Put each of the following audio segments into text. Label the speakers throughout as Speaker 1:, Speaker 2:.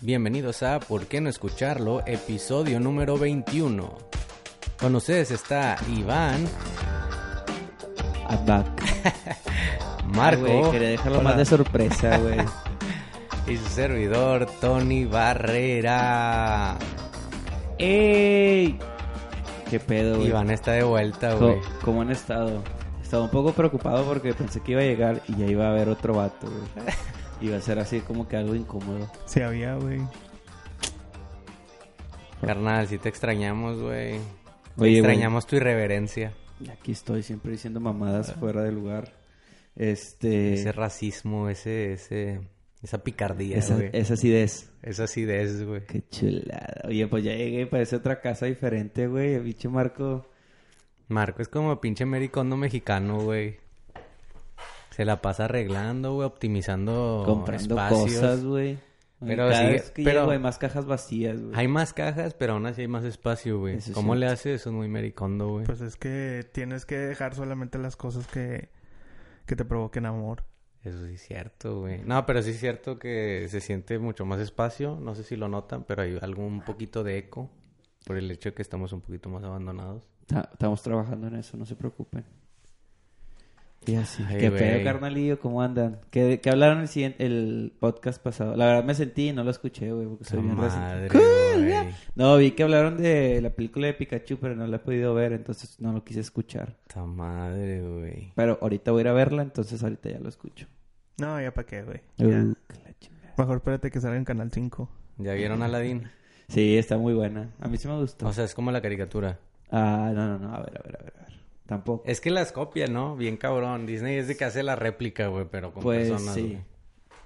Speaker 1: Bienvenidos a ¿Por qué no escucharlo? Episodio número 21. Con ustedes está Iván,
Speaker 2: Abad.
Speaker 1: Marco
Speaker 2: Ay, güey, quería dejarlo más de sorpresa, güey.
Speaker 1: y su servidor Tony Barrera.
Speaker 2: ¡Ey! ¿Qué pedo, güey?
Speaker 1: Iván está de vuelta,
Speaker 2: Co-
Speaker 1: güey.
Speaker 2: ¿Cómo han estado? Estaba un poco preocupado porque pensé que iba a llegar y ya iba a haber otro vato, güey. Iba a ser así como que algo incómodo.
Speaker 3: Se había, güey.
Speaker 1: Carnal, si te extrañamos, güey. Te
Speaker 2: Oye,
Speaker 1: extrañamos tu irreverencia,
Speaker 2: güey, Aquí estoy siempre diciendo mamadas fuera de lugar.
Speaker 1: ese
Speaker 2: Este.
Speaker 1: racismo, ese, ese, esa picardía,
Speaker 2: Esa,
Speaker 1: güey.
Speaker 2: esa acidez.
Speaker 1: Esa acidez, güey.
Speaker 2: Qué chulada. Oye, pues ya llegué, parece otra casa diferente, güey. El bicho Marco.
Speaker 1: Marco es como pinche mericondo mexicano, güey. Se la pasa arreglando, güey, optimizando
Speaker 2: comprando
Speaker 1: espacios.
Speaker 2: cosas, güey.
Speaker 1: Pero
Speaker 2: Pero cada
Speaker 1: sigue-
Speaker 2: vez que
Speaker 1: pero-
Speaker 2: llego hay más cajas vacías, güey.
Speaker 1: Hay más cajas, pero aún así hay más espacio, güey.
Speaker 2: Eso es
Speaker 1: ¿Cómo
Speaker 2: cierto.
Speaker 1: le hace eso? Es muy mericondo, güey.
Speaker 3: Pues es que tienes que dejar solamente las cosas que, que te provoquen amor.
Speaker 1: Eso sí es cierto, güey. No, pero sí es cierto que se siente mucho más espacio. No sé si lo notan, pero hay algún poquito de eco por el hecho de que estamos un poquito más abandonados.
Speaker 2: Ta- Estamos trabajando en eso, no se preocupen. Y así.
Speaker 1: Ay,
Speaker 2: ¿Qué
Speaker 1: güey.
Speaker 2: pedo, carnalillo? ¿Cómo andan? ¿Qué, qué hablaron el, siguiente- el podcast pasado? La verdad me sentí y no lo escuché, güey. porque soy
Speaker 1: Su
Speaker 2: bien
Speaker 1: madre,
Speaker 2: racista.
Speaker 1: güey.
Speaker 2: No, vi que hablaron de la película de Pikachu, pero no la he podido ver, entonces no lo quise escuchar.
Speaker 1: Ta madre, güey.
Speaker 2: Pero ahorita voy a ir a verla, entonces ahorita ya lo escucho.
Speaker 3: No, ya para qué, güey. Ya.
Speaker 2: Uh, que la chingada.
Speaker 3: Mejor espérate que salga en Canal 5.
Speaker 1: ¿Ya vieron Aladdin?
Speaker 2: Sí, está muy buena. A mí sí me gustó.
Speaker 1: O sea, es como la caricatura.
Speaker 2: Ah, no, no, no. A ver, a ver, a ver. A ver. Tampoco.
Speaker 1: Es que las copia, ¿no? Bien cabrón. Disney es de que hace la réplica, güey, pero con
Speaker 2: Pues
Speaker 1: personas,
Speaker 2: sí.
Speaker 1: güey.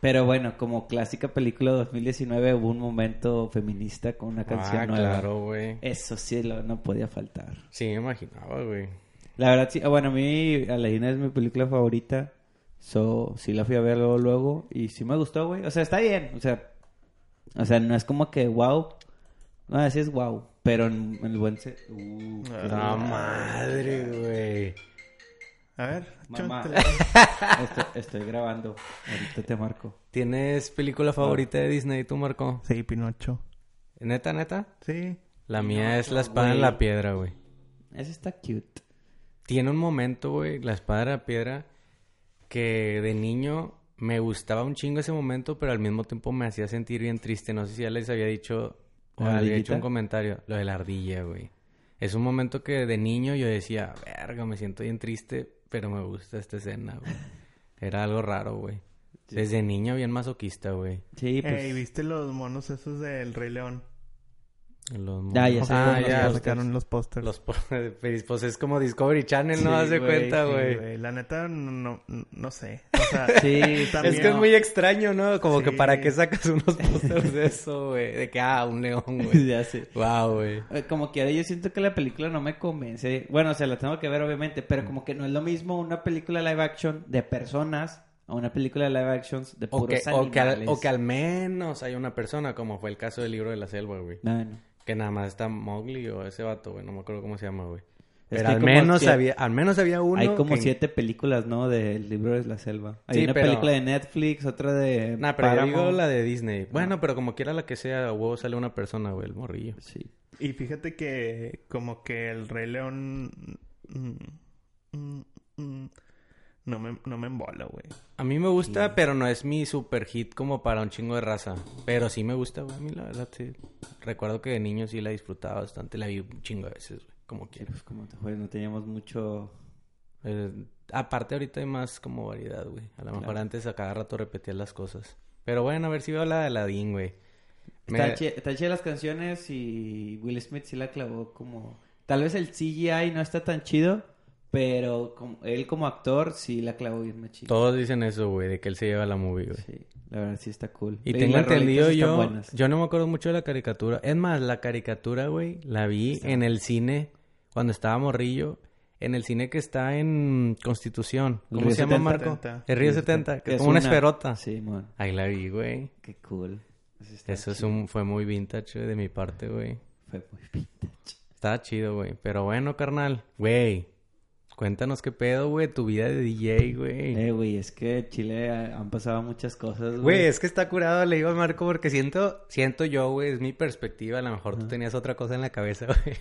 Speaker 2: Pero bueno, como clásica película 2019 hubo un momento feminista con una canción
Speaker 1: Ah,
Speaker 2: nueva.
Speaker 1: claro, güey.
Speaker 2: Eso sí lo, no podía faltar.
Speaker 1: Sí, me imaginaba, güey.
Speaker 2: La verdad sí, ah, bueno, a mí Aladdin es mi película favorita. So, sí la fui a ver luego, luego y sí me gustó, güey. O sea, está bien, o sea, o sea, no es como que wow. No, así es wow, pero en, en el buen se- Uh, qué
Speaker 1: La madre, güey.
Speaker 3: A ver,
Speaker 2: Mamá.
Speaker 3: chúntale.
Speaker 2: estoy, estoy grabando. Ahorita te marco.
Speaker 1: ¿Tienes película favorita de Disney, tú, Marco?
Speaker 3: Sí, Pinocho.
Speaker 1: ¿Neta, neta?
Speaker 3: Sí.
Speaker 1: La mía es la espada
Speaker 2: güey.
Speaker 1: en la piedra, güey.
Speaker 2: Ese está cute.
Speaker 1: Tiene un momento, güey, la espada en la piedra, que de niño me gustaba un chingo ese momento, pero al mismo tiempo me hacía sentir bien triste. No sé si ya les había dicho o había
Speaker 2: ¿La ardillita?
Speaker 1: hecho un comentario, lo de la ardilla, güey. Es un momento que de niño yo decía, verga, me siento bien triste, pero me gusta esta escena, güey. Era algo raro, güey. Desde niño bien masoquista, güey.
Speaker 2: Sí, pues.
Speaker 3: Ey, ¿viste los monos esos del Rey León?
Speaker 1: Los
Speaker 2: Ah, ya
Speaker 1: monos.
Speaker 2: sé,
Speaker 1: ah,
Speaker 2: los
Speaker 1: ya,
Speaker 2: posters.
Speaker 3: sacaron los pósters.
Speaker 1: Los po- pues es como Discovery Channel, no
Speaker 2: Sí,
Speaker 1: hace
Speaker 2: güey,
Speaker 1: cuenta,
Speaker 2: sí,
Speaker 1: güey.
Speaker 3: Sí, güey, La neta, no, no, no sé. O sea,
Speaker 2: Sí,
Speaker 3: también-
Speaker 1: Es que es muy extraño, ¿no? Como que
Speaker 3: Sí.
Speaker 1: para qué sacas unos pósters de eso, güey. De que, ah, un león, güey.
Speaker 2: Ya sé.
Speaker 1: Wow, güey.
Speaker 2: Eh, Como quiera, yo siento que la película no me convence. Bueno, o sea, la tengo que ver, obviamente, pero como que no es lo mismo una película live action de personas a una película live action de
Speaker 1: O que,
Speaker 2: puros
Speaker 1: o, que al,
Speaker 2: animales.
Speaker 1: o que al menos hay una persona, como fue el caso del libro de la selva, güey.
Speaker 2: No, no.
Speaker 1: Que nada más está Mowgli o ese vato, güey. No me acuerdo cómo se llama, güey. Pero
Speaker 2: Es que
Speaker 1: al
Speaker 2: como
Speaker 1: menos,
Speaker 2: siete-
Speaker 1: había, al menos había uno.
Speaker 2: Hay como
Speaker 1: que-
Speaker 2: siete películas, ¿no? Del libro de la selva. Hay
Speaker 1: Sí,
Speaker 2: una
Speaker 1: pero-
Speaker 2: película de Netflix, otra de.
Speaker 1: Nah, pero yo
Speaker 2: Paramount.
Speaker 1: digo la de Disney. Bueno, pero como quiera la que sea, huevo, sale una persona, güey, el morrillo.
Speaker 2: Sí.
Speaker 3: Y fíjate que como que el Rey León mm, mm, mm, no me, no me embola, güey.
Speaker 1: A mí me gusta, pero no es mi super hit como para un chingo de raza. Pero sí me gusta, güey. A mí la verdad sí. Recuerdo que de niño sí la disfrutaba bastante. La vi un chingo de veces, güey. Como
Speaker 2: Sí,
Speaker 1: quiera.
Speaker 2: pues como te juegas, no teníamos mucho.
Speaker 1: Eh, aparte ahorita hay más como variedad, güey. A lo mejor antes a cada rato repetías las cosas. Pero bueno, a ver si veo la de Aladdin, güey. Me-
Speaker 2: Está chida las canciones y Will Smith sí la clavó como... Tal vez el CGI no está tan chido, pero como- él como actor sí la clavó bien más chido.
Speaker 1: Todos dicen eso, güey, de que él se lleva la movie, güey.
Speaker 2: Sí, la verdad sí está cool.
Speaker 1: Y tengo
Speaker 2: las
Speaker 1: entendido
Speaker 2: rolitas están
Speaker 1: yo,
Speaker 2: buenas.
Speaker 1: yo no me acuerdo mucho de la caricatura. Es más, la caricatura, güey, la vi en el cine cuando estaba morrillo, en el cine que está en Constitución.
Speaker 2: El
Speaker 1: ¿Cómo
Speaker 2: Río
Speaker 1: se llama,
Speaker 2: 70.
Speaker 1: Marco? El Río 70, que es como una esferota.
Speaker 2: Sí, mon.
Speaker 1: Ahí la vi, güey.
Speaker 2: Qué cool. Eso, está
Speaker 1: Eso es
Speaker 2: chido.
Speaker 1: un, fue muy vintage güey, de mi parte, güey.
Speaker 2: Fue muy vintage.
Speaker 1: Estaba chido, güey. Pero bueno, carnal, güey, Cuéntanos qué pedo, güey, tu vida de DJ, güey.
Speaker 2: Eh, güey, es que en Chile ah, han pasado muchas cosas,
Speaker 1: Güey,
Speaker 2: güey.
Speaker 1: es que está curado, le digo a Marco, porque siento, siento yo, güey, es mi perspectiva, a lo mejor tú tenías otra cosa en la cabeza, güey.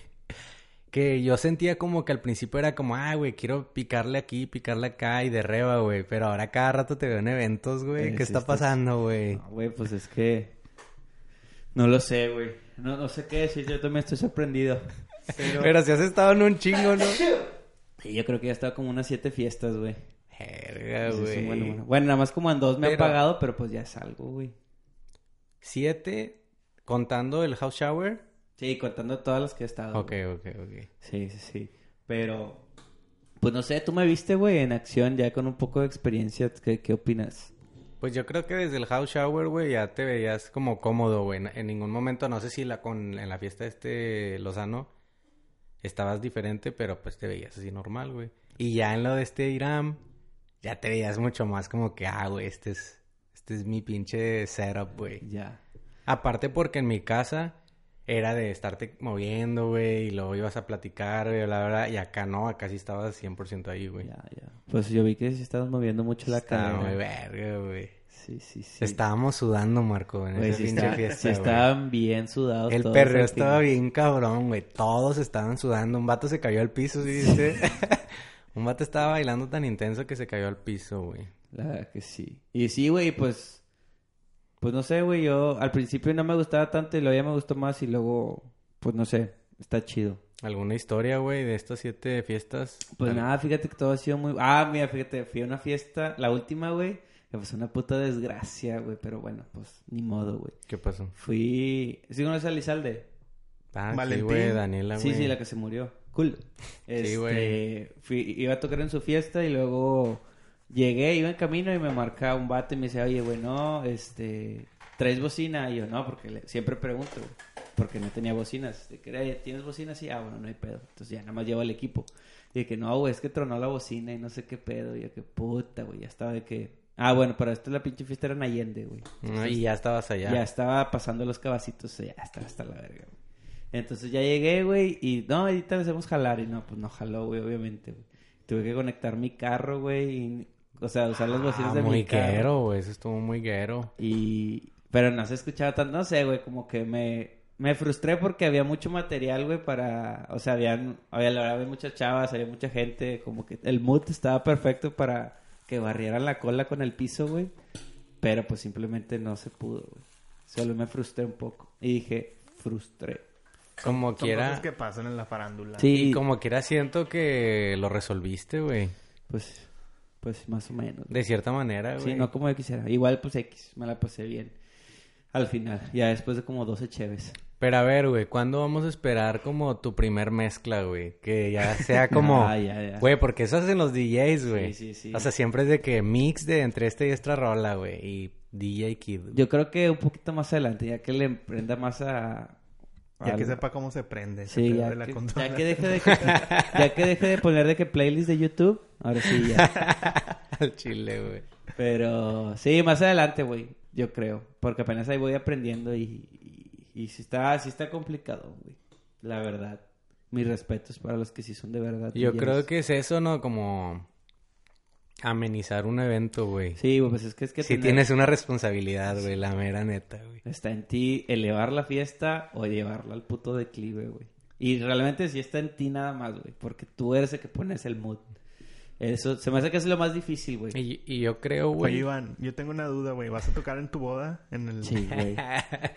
Speaker 1: Que yo sentía como que al principio era como, ah, güey, quiero picarle aquí, picarle acá y de reba, güey. Pero ahora cada rato te veo en eventos, güey.
Speaker 2: Eh,
Speaker 1: ¿Qué
Speaker 2: sí
Speaker 1: está
Speaker 2: estás-
Speaker 1: pasando, güey?
Speaker 2: No, güey, pues es que... No lo sé, güey. No, no sé qué decir, yo también estoy sorprendido. Pero...
Speaker 1: Pero si has estado en un chingo, ¿no?
Speaker 2: Sí, yo creo que ya he estado como unas siete fiestas, güey.
Speaker 1: Verga,
Speaker 2: Sí, sí,
Speaker 1: güey.
Speaker 2: bueno, bueno. Bueno, nada más como en dos me
Speaker 1: Pero-
Speaker 2: han pagado, pero pues ya es algo, güey.
Speaker 1: Siete, contando el house shower.
Speaker 2: Sí, contando todas las que he estado.
Speaker 1: Ok,
Speaker 2: Ah, güey.
Speaker 1: ok, ok.
Speaker 2: Sí, sí, sí. Pero, pues no sé, tú me viste, güey, en acción, ya con un poco de experiencia. ¿Qué, qué opinas?
Speaker 1: Pues yo creo que desde el house shower, güey, ya te veías como cómodo, güey. En ningún momento, no sé si la con en la fiesta de este Lozano estabas diferente, pero pues te veías así normal, güey. Y ya en lo de este Iram, ya te veías mucho más como que, ah, güey, este es, este es mi pinche setup, güey.
Speaker 2: Ya.
Speaker 1: Aparte porque en mi casa era de estarte moviendo, güey, y luego ibas a platicar, güey, la verdad, y acá no, acá sí estabas 100% ahí, güey.
Speaker 2: Ya, ya. Pues yo vi que sí estabas moviendo mucho la
Speaker 1: Estaba muy
Speaker 2: cadera.
Speaker 1: verga, güey.
Speaker 2: Sí, sí, sí.
Speaker 1: Estábamos sudando, Marco, en
Speaker 2: Güey,
Speaker 1: esa
Speaker 2: sí,
Speaker 1: pinche
Speaker 2: está-
Speaker 1: fiesta,
Speaker 2: sí
Speaker 1: güey.
Speaker 2: estaban bien sudados.
Speaker 1: El
Speaker 2: todos
Speaker 1: perreo
Speaker 2: aquí.
Speaker 1: estaba bien cabrón, güey. Todos estaban sudando. Un vato se cayó al piso, ¿sí viste? Un vato estaba bailando tan intenso que se cayó al piso, güey.
Speaker 2: La verdad que sí. Y sí, güey, pues. Pues no sé, güey. Yo al principio no me gustaba tanto y luego ya me gustó más y luego. Pues no sé. Está chido.
Speaker 1: ¿Alguna historia, güey, de estas siete fiestas?
Speaker 2: Pues
Speaker 1: Al-
Speaker 2: nada, fíjate que todo ha sido muy. Ah, mira, fíjate, fui a una fiesta, la última, güey. Que fue una puta desgracia, güey. Pero bueno, pues ni modo, güey.
Speaker 1: ¿Qué pasó?
Speaker 2: Fui. ¿Sí conoces a Lizalde?
Speaker 1: Ah, sí,
Speaker 3: Valentín.
Speaker 1: güey, Daniela, güey.
Speaker 2: Sí, sí, la que se murió. Cool.
Speaker 1: Sí, güey.
Speaker 2: Este, fui, iba a tocar en su fiesta y luego llegué, iba en camino y me marca un vato y me dice, oye, güey, no, este, ¿traes bocina? Y yo, no, porque le- siempre pregunto, güey, porque no tenía bocinas. De que, "Eh, ¿tienes bocina? Sí, ah, bueno, no hay pedo. Entonces ya nada más llevo el equipo. Y de que, no, güey, es que tronó la bocina y no sé qué pedo. Y yo, que puta, güey, ya estaba de que... Ah, bueno, para esto la pinche fiesta era en Allende, güey.
Speaker 1: No, y ya estabas allá.
Speaker 2: Ya estaba pasando los cabacitos, ya estaba hasta la verga. güey. Entonces ya llegué, güey, y no, ahorita le hacemos jalar. Y no, pues no jaló, güey, obviamente, güey. Tuve que conectar mi carro, güey, y, o sea, usar las bocinas
Speaker 1: Ah,
Speaker 2: de
Speaker 1: muy
Speaker 2: mi carro.
Speaker 1: guero, güey. Eso estuvo muy guero.
Speaker 2: Y, pero no se escuchaba tanto, no sé, güey, como que me, me frustré porque había mucho material, güey, para, o sea, habían, había, la verdad, había muchas chavas, había mucha gente, como que el mood estaba perfecto para que barrieran la cola con el piso, güey, pero pues simplemente no se pudo, güey. Solo me frustré un poco y dije, frustré.
Speaker 1: Como
Speaker 3: Son
Speaker 1: quiera.
Speaker 3: cosas que pasan en la farándula.
Speaker 2: Sí,
Speaker 1: Ah, Y como quiera siento que lo resolviste, güey.
Speaker 2: pues, pues más o menos.
Speaker 1: De cierta manera, Ah, güey.
Speaker 2: Sí, no como yo quisiera. Igual, pues, X, me la pasé bien. Al final, ya después de como 12 cheves.
Speaker 1: Pero a ver, güey, ¿cuándo vamos a esperar como tu primer mezcla, güey? Que ya sea como...
Speaker 2: Ah, ya, ya.
Speaker 1: Güey, porque eso hacen los DJs, güey.
Speaker 2: Sí, sí, sí.
Speaker 1: O sea, siempre es de que mix de entre esta y esta rola, güey. Y DJ Kid. güey.
Speaker 2: Yo creo que un poquito más adelante, ya que le emprenda más a...
Speaker 3: Ya que
Speaker 2: al-
Speaker 3: sepa cómo se prende. ese
Speaker 2: Sí,
Speaker 3: pedo
Speaker 2: ya
Speaker 3: de la
Speaker 2: que,
Speaker 3: consola.
Speaker 2: ya que deje de... ya que deje de poner de que playlist de YouTube. Ahora sí, ya.
Speaker 1: Al chile, güey.
Speaker 2: Pero sí, más adelante, güey. Yo creo. Porque apenas ahí voy aprendiendo y... Y, y sí está, sí está complicado, güey. La verdad. Mis respetos para los que sí son de verdad.
Speaker 1: Yo
Speaker 2: DJs.
Speaker 1: creo que es eso, ¿no? Como... Amenizar un evento, güey.
Speaker 2: Sí, güey, pues es que es que...
Speaker 1: Si
Speaker 2: tener-
Speaker 1: tienes una responsabilidad, güey. La mera neta, güey.
Speaker 2: Está en ti elevar la fiesta o llevarla al puto declive, güey. Y realmente sí está en ti nada más, güey. Porque tú eres el que pones el mood. Eso se me hace que es lo más difícil, güey.
Speaker 1: Y, y yo creo,
Speaker 3: Oye,
Speaker 1: güey...
Speaker 3: Iván, yo tengo una duda, güey. ¿Vas a tocar en tu boda? En el...
Speaker 2: Sí, güey.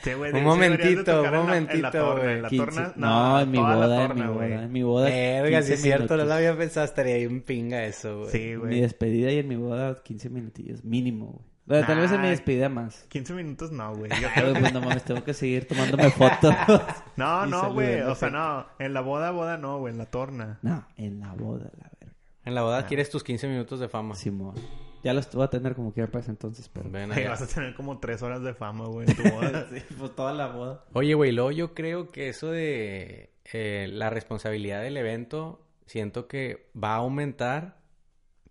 Speaker 3: Sí,
Speaker 1: Un
Speaker 3: güey, sí deberías de
Speaker 1: momentito,
Speaker 3: tocar en la-
Speaker 1: un
Speaker 3: en la
Speaker 1: momentito,
Speaker 3: torna,
Speaker 1: güey.
Speaker 3: en la
Speaker 2: 15.
Speaker 3: torna-
Speaker 2: no, en mi
Speaker 3: toda la
Speaker 2: boda, en mi
Speaker 3: torna, güey.
Speaker 2: boda. En mi boda.
Speaker 1: Verga, sí
Speaker 2: 15
Speaker 1: es cierto. No
Speaker 2: minutos.
Speaker 1: lo había pensado. Estaría bien pinga eso, güey.
Speaker 3: Sí,
Speaker 2: Mi
Speaker 3: güey.
Speaker 2: despedida y en mi boda 15 minutillos, mínimo, güey. Bueno, tal vez en mi
Speaker 3: Nah.
Speaker 2: despedida más.
Speaker 3: 15 minutos no, güey. Yo
Speaker 2: Ay,
Speaker 3: creo-
Speaker 2: güey, pues no mames, tengo que seguir tomándome fotos.
Speaker 3: No,
Speaker 2: Y
Speaker 3: no, güey. O
Speaker 2: saludándose.
Speaker 3: sea, no. En la boda, boda no, güey. En la torna.
Speaker 2: No, en la boda, la verga.
Speaker 1: En la
Speaker 2: Ah.
Speaker 1: boda quieres tus 15 minutos de fama.
Speaker 2: Simón. Ya los voy a tener como quiera para ese entonces, pero...
Speaker 1: Ven
Speaker 3: Güey,
Speaker 1: acá.
Speaker 3: vas a tener como tres horas de fama, güey, en tu boda.
Speaker 2: Sí, pues toda la boda.
Speaker 1: Oye, güey, luego yo creo que eso de eh, la responsabilidad del evento, siento que va a aumentar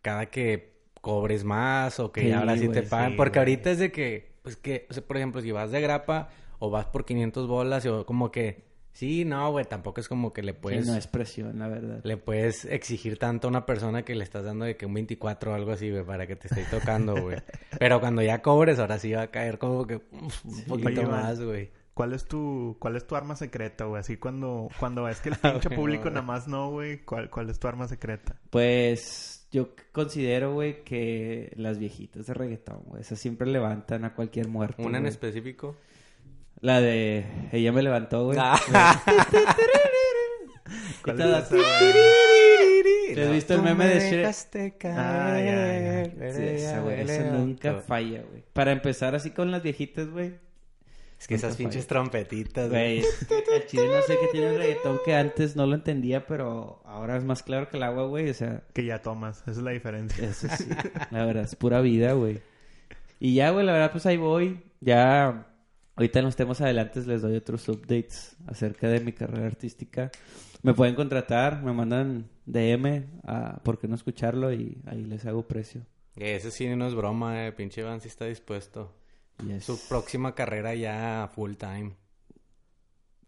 Speaker 1: cada que cobres más o que
Speaker 2: Sí,
Speaker 1: ahora sí
Speaker 2: güey,
Speaker 1: te pagan.
Speaker 3: sí,
Speaker 1: porque
Speaker 3: güey.
Speaker 1: ahorita es de que, pues que, o sea, por ejemplo, si vas de grapa o vas por 500 bolas o como que Sí, no, güey, tampoco es como que le
Speaker 2: Pues,
Speaker 1: puedes...
Speaker 2: no es presión, la verdad.
Speaker 1: Le puedes exigir tanto a una persona que le estás dando de que un 24 o algo así, güey, para que te esté tocando, güey. Pero cuando ya cobres, ahora sí va a caer como que uf, un poquito
Speaker 3: Oye,
Speaker 1: más, güey.
Speaker 3: ¿Cuál es tu, cuál es tu arma secreta, güey? Así cuando, cuando es que
Speaker 2: Ah,
Speaker 3: el pinche
Speaker 1: güey,
Speaker 3: público
Speaker 1: no,
Speaker 3: nada más no, güey. ¿Cuál, ¿Cuál es tu arma secreta?
Speaker 2: Pues yo considero, güey, que las viejitas de reggaetón, güey, esas siempre levantan a cualquier muerto.
Speaker 1: ¿Una en
Speaker 2: güey.
Speaker 1: específico?
Speaker 2: La de ella me levantó, güey.
Speaker 1: Ah.
Speaker 2: Ah.
Speaker 3: ¿Cuál
Speaker 2: todas,
Speaker 3: es esa, güey?
Speaker 2: ¿Te has visto el meme de Shrek?
Speaker 1: caer.
Speaker 3: Ah,
Speaker 2: Sí, esa, güey, eso nunca falla, güey. Para empezar así con las viejitas, güey.
Speaker 1: Es que esas
Speaker 2: nunca
Speaker 1: pinches trompetitas,
Speaker 2: Güey, es que al chile no sé qué tiene el reggaetón que antes no lo entendía, pero ahora es más claro que el agua, güey. O sea,
Speaker 3: Que ya tomas. Esa es la diferencia.
Speaker 2: Eso sí. La verdad, es pura vida, güey. Y ya, güey, la verdad, pues ahí voy. Ya, ahorita en los temas adelante les doy otros updates acerca de mi carrera artística. Me pueden contratar, me mandan DM a por qué no escucharlo y ahí les hago precio.
Speaker 1: Que Eso sí no es broma, eh. Pinche Van sí está dispuesto.
Speaker 2: Y es-
Speaker 1: Su próxima carrera ya full time.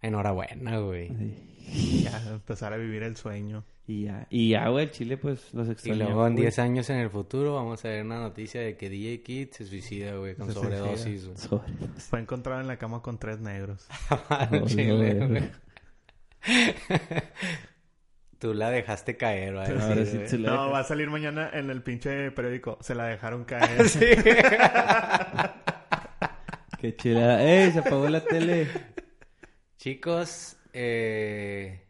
Speaker 1: Enhorabuena, güey.
Speaker 2: Sí.
Speaker 3: ya, empezar a vivir el sueño.
Speaker 2: Y ya, y ya, güey, el Chile, pues los
Speaker 1: Y
Speaker 2: extrañaba.
Speaker 1: luego en
Speaker 2: güey.
Speaker 1: 10 años en el futuro vamos a ver una noticia de que DJ Kid se suicida, güey, con
Speaker 3: Se
Speaker 1: sobredosis, güey.
Speaker 2: Sobre.
Speaker 3: Fue encontrado en la cama con tres negros.
Speaker 1: Al Ah, chile,
Speaker 2: Joder,
Speaker 1: güey.
Speaker 2: güey.
Speaker 1: Tú la dejaste caer, güey.
Speaker 2: Ahora sí se la
Speaker 3: No,
Speaker 2: dejas.
Speaker 3: va a salir mañana en el pinche periódico. Se la dejaron caer.
Speaker 2: Qué chilada. ¡Ey! Se apagó la tele.
Speaker 1: Chicos, eh,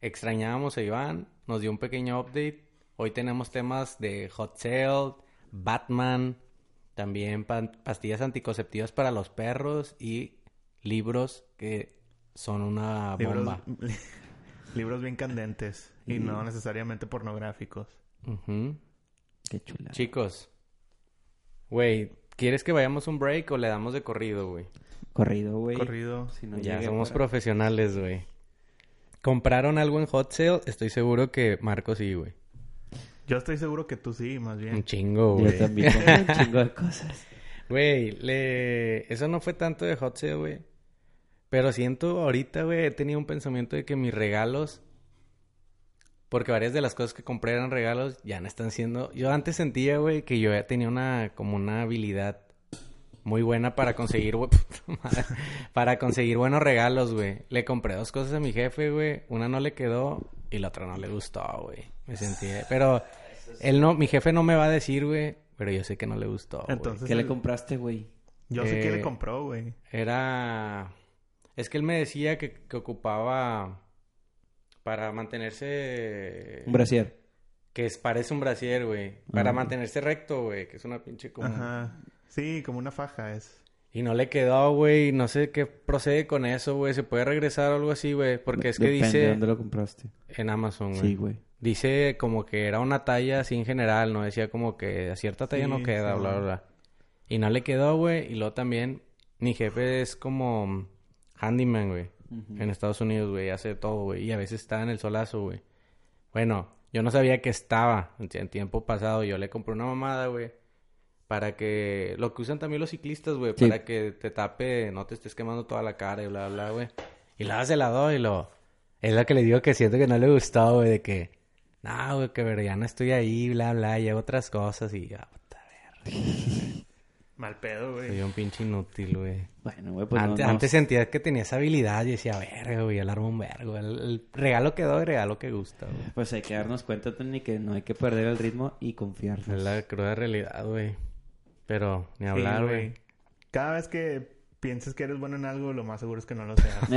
Speaker 1: extrañábamos a Iván. Nos dio un pequeño update. Hoy tenemos temas de Hot Sale, Batman, también pan- pastillas anticonceptivas para los perros y libros que son una
Speaker 3: libros,
Speaker 1: bomba.
Speaker 3: libros bien candentes. Y
Speaker 2: Mm.
Speaker 3: no necesariamente pornográficos.
Speaker 1: Ujú.
Speaker 2: Qué chulada.
Speaker 1: Chicos, güey, ¿quieres que vayamos un break o le damos de corrido, güey?
Speaker 2: Corrido, güey.
Speaker 3: Corrido.
Speaker 2: Si no
Speaker 1: ya
Speaker 2: llegué
Speaker 1: somos
Speaker 2: para-
Speaker 1: profesionales, güey. ¿Compraron algo en Hot Sale? Estoy seguro que Marco sí, güey.
Speaker 3: Yo estoy seguro que tú sí, más
Speaker 1: Un
Speaker 3: bien.
Speaker 1: chingo,
Speaker 2: Yo
Speaker 1: güey.
Speaker 2: también compré un chingo de cosas.
Speaker 1: Güey, le... eso no fue tanto de Hot Sale, güey. Pero siento ahorita, güey, he tenido un pensamiento de que mis regalos... Porque varias de las cosas que compré eran regalos, ya no están siendo... Yo antes sentía, güey, que yo ya tenía una... como una habilidad muy buena para conseguir, güey, puta madre, para conseguir buenos regalos, güey. Le compré dos cosas a mi jefe, güey. Una no le quedó y la otra no le gustó, güey. Me sentí... Pero él no... Mi jefe no me va a decir, güey, pero yo sé que no le gustó, güey.
Speaker 3: Entonces,
Speaker 2: ¿Qué le
Speaker 3: el-
Speaker 2: compraste, güey?
Speaker 3: yo sé que
Speaker 1: Eh,
Speaker 3: le compró, güey.
Speaker 1: Era. Es que él me decía que, que ocupaba. Para mantenerse.
Speaker 2: Un brasier.
Speaker 1: Que es, parece un brasier, güey. Para
Speaker 2: Ah.
Speaker 1: mantenerse recto, güey. Que es una pinche como.
Speaker 3: Ajá. Sí, como una faja es.
Speaker 1: Y no le quedó, güey. No sé qué procede con eso, güey. ¿Se puede regresar o algo así, güey? Porque es que
Speaker 2: Depende de
Speaker 1: dice.
Speaker 2: dónde lo compraste.
Speaker 1: En Amazon, güey.
Speaker 2: Sí, güey.
Speaker 1: Dice como que era una talla así en general, ¿no? Decía como que a cierta talla no
Speaker 3: Sí,
Speaker 1: queda,
Speaker 3: sí,
Speaker 1: bla, bla,
Speaker 3: güey.
Speaker 1: bla. Y no le quedó, güey. Y luego también, mi jefe es como handyman, güey. En Estados Unidos, güey. Hace todo, güey. Y a veces está en el solazo, güey. Bueno, yo no sabía que estaba. En en tiempo pasado yo le compré una mamada, güey. Para que... Lo que usan también los ciclistas, güey.
Speaker 2: Sí.
Speaker 1: Para que te tape, no te estés quemando toda la cara y bla, bla, güey. Y luego se la doy y lo... Es lo que le digo que siento que no le gustó, güey. De que... No, güey, que pero ya no estoy ahí, bla, bla. Y hago otras cosas y... ya, puta verga.
Speaker 3: Mal pedo, güey.
Speaker 1: Soy un pinche inútil, güey.
Speaker 2: Bueno, güey, pues no-
Speaker 1: antes,
Speaker 2: no,
Speaker 1: antes sentía que tenía esa habilidad y decía, verga, güey, el arma un vergo. El, el regalo que doy, regalo que gusta, güey.
Speaker 2: Pues hay que darnos cuenta, Tony, que no hay que perder el ritmo y confiarnos.
Speaker 1: Es la cruda realidad, güey. Pero ni
Speaker 3: Sí,
Speaker 1: hablar, güey.
Speaker 3: Cada vez que pienses que eres bueno en algo, lo más seguro es que no lo seas.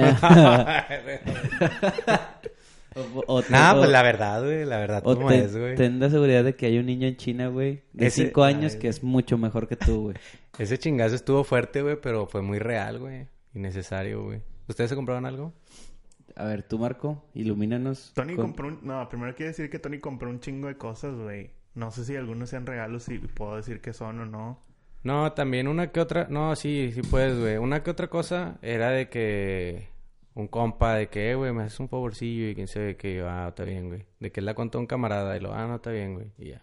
Speaker 2: O- o-
Speaker 1: Nada,
Speaker 2: o-
Speaker 1: pues la verdad, güey. La verdad,
Speaker 2: o
Speaker 1: como
Speaker 2: te-
Speaker 1: es, güey?
Speaker 2: ten la seguridad de que hay un niño en China, güey, de
Speaker 1: Ese-
Speaker 2: 5 años
Speaker 3: Ay,
Speaker 2: que es mucho mejor que tú, güey.
Speaker 1: Ese chingazo estuvo fuerte, güey, pero fue muy real, güey. Innecesario, güey. ¿Ustedes se compraron algo?
Speaker 2: A ver, tú, Marco, ilumínanos.
Speaker 3: Tony
Speaker 2: con-
Speaker 3: compró un... No, primero quiero decir que Tony compró un chingo de cosas, güey. No sé si algunos sean regalos y puedo decir que son o no.
Speaker 1: No, también una que otra. No, sí, sí puedes, güey. Una que otra cosa era de que. Un compa de que, eh, güey, me haces un favorcillo y quién sabe que yo, ah, está bien, güey. De que él la contó a un camarada y lo, ah, no, está bien, güey. Y ya.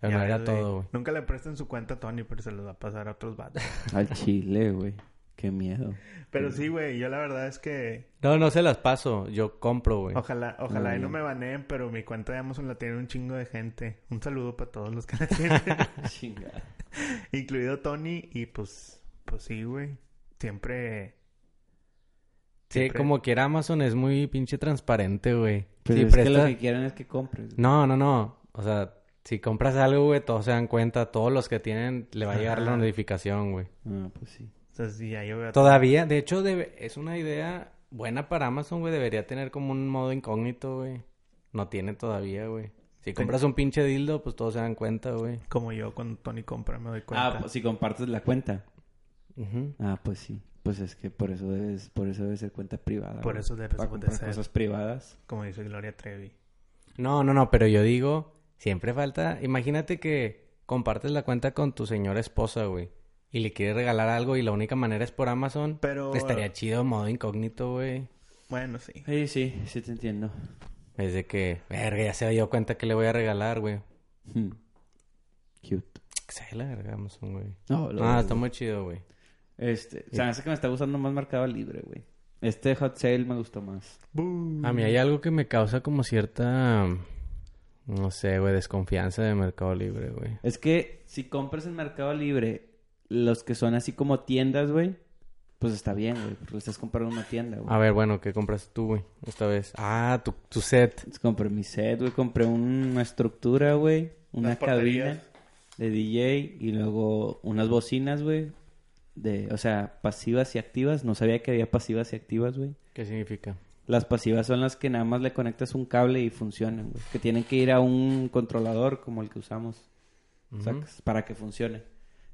Speaker 1: Pero
Speaker 3: Ya
Speaker 1: no era
Speaker 3: ves,
Speaker 1: todo, güey.
Speaker 3: Nunca le presten su cuenta a Tony, pero se los va a pasar a otros vatos.
Speaker 2: Al chile, güey. Qué miedo.
Speaker 3: Pero sí, güey, yo la verdad es que
Speaker 1: No, no se las paso. Yo compro, güey.
Speaker 3: ojalá, ojalá
Speaker 2: Muy
Speaker 3: y no
Speaker 2: bien.
Speaker 3: me baneen, pero mi cuenta de Amazon la tiene un chingo de gente. Un saludo para todos los que la tienen,
Speaker 2: Chingada.
Speaker 3: incluido Tony y pues pues sí, güey. Siempre
Speaker 1: Sí,
Speaker 3: siempre-
Speaker 1: como quiera Amazon es muy pinche transparente, güey.
Speaker 2: Pero
Speaker 1: Si
Speaker 2: es que lo
Speaker 1: prestas-
Speaker 2: que quieren es que compres. güey.
Speaker 1: No, no, no. O sea, si compras algo, güey, todos se dan cuenta. Todos los que tienen le va a llegar la
Speaker 3: Ajá.
Speaker 1: notificación, güey.
Speaker 2: Ah, pues sí.
Speaker 3: entonces ya yo veo a
Speaker 1: Todavía, de hecho, debe- es una idea buena para Amazon, güey. Debería tener como un modo incógnito, güey. No tiene todavía, güey. Si compras un pinche dildo, pues todos se dan cuenta, güey.
Speaker 3: como yo cuando Tony compra me doy cuenta.
Speaker 2: Ah, pues si compartes la cuenta.
Speaker 1: Ujú.
Speaker 2: Ah, pues sí. Pues es que por eso debes, por eso debe ser cuenta privada.
Speaker 3: Por
Speaker 2: güey.
Speaker 3: eso debe
Speaker 2: Para
Speaker 3: ser cuenta
Speaker 2: comprar
Speaker 3: ser.
Speaker 2: cosas privadas.
Speaker 3: Como dice Gloria Trevi.
Speaker 1: No, no, no, pero yo digo, siempre falta. Imagínate que compartes la cuenta con tu señora esposa, güey. Y le quieres regalar algo y la única manera es por Amazon.
Speaker 3: Pero-
Speaker 1: Estaría chido modo incógnito, güey.
Speaker 3: Bueno, sí.
Speaker 2: Sí, sí, sí te entiendo.
Speaker 1: Es de que, verga, ya se dio cuenta que le voy a regalar, güey.
Speaker 2: Hmm. Cute.
Speaker 1: Que se la verga, Amazon, güey.
Speaker 2: No, lo-
Speaker 1: Ah, está muy chido, güey.
Speaker 2: Este, se me hace que me está gustando más Mercado Libre, güey. Este Hot Sale me gustó más.
Speaker 3: Bu.
Speaker 1: A mí Ah,
Speaker 2: Mm.
Speaker 1: hay algo que me causa como cierta, no sé, güey, desconfianza de Mercado Libre, güey.
Speaker 2: Es que si compras en Mercado Libre los que son así como tiendas, güey, pues está bien, güey. Porque estás comprando una tienda, güey.
Speaker 1: A ver, bueno, ¿qué compraste tú, güey? Esta vez. Ah, tu, tu set.
Speaker 2: Entonces, Compré mi set, güey. Compré un- una estructura, güey. Una
Speaker 3: Las porterías.
Speaker 2: cabina de DJ y luego unas bocinas, güey. De, o sea, pasivas y activas. No sabía que había pasivas y activas, güey.
Speaker 1: ¿Qué significa?
Speaker 2: Las pasivas son las que nada más le conectas un cable y funcionan, güey. Que tienen que ir a un controlador como el que usamos. sacas, Para que funcione.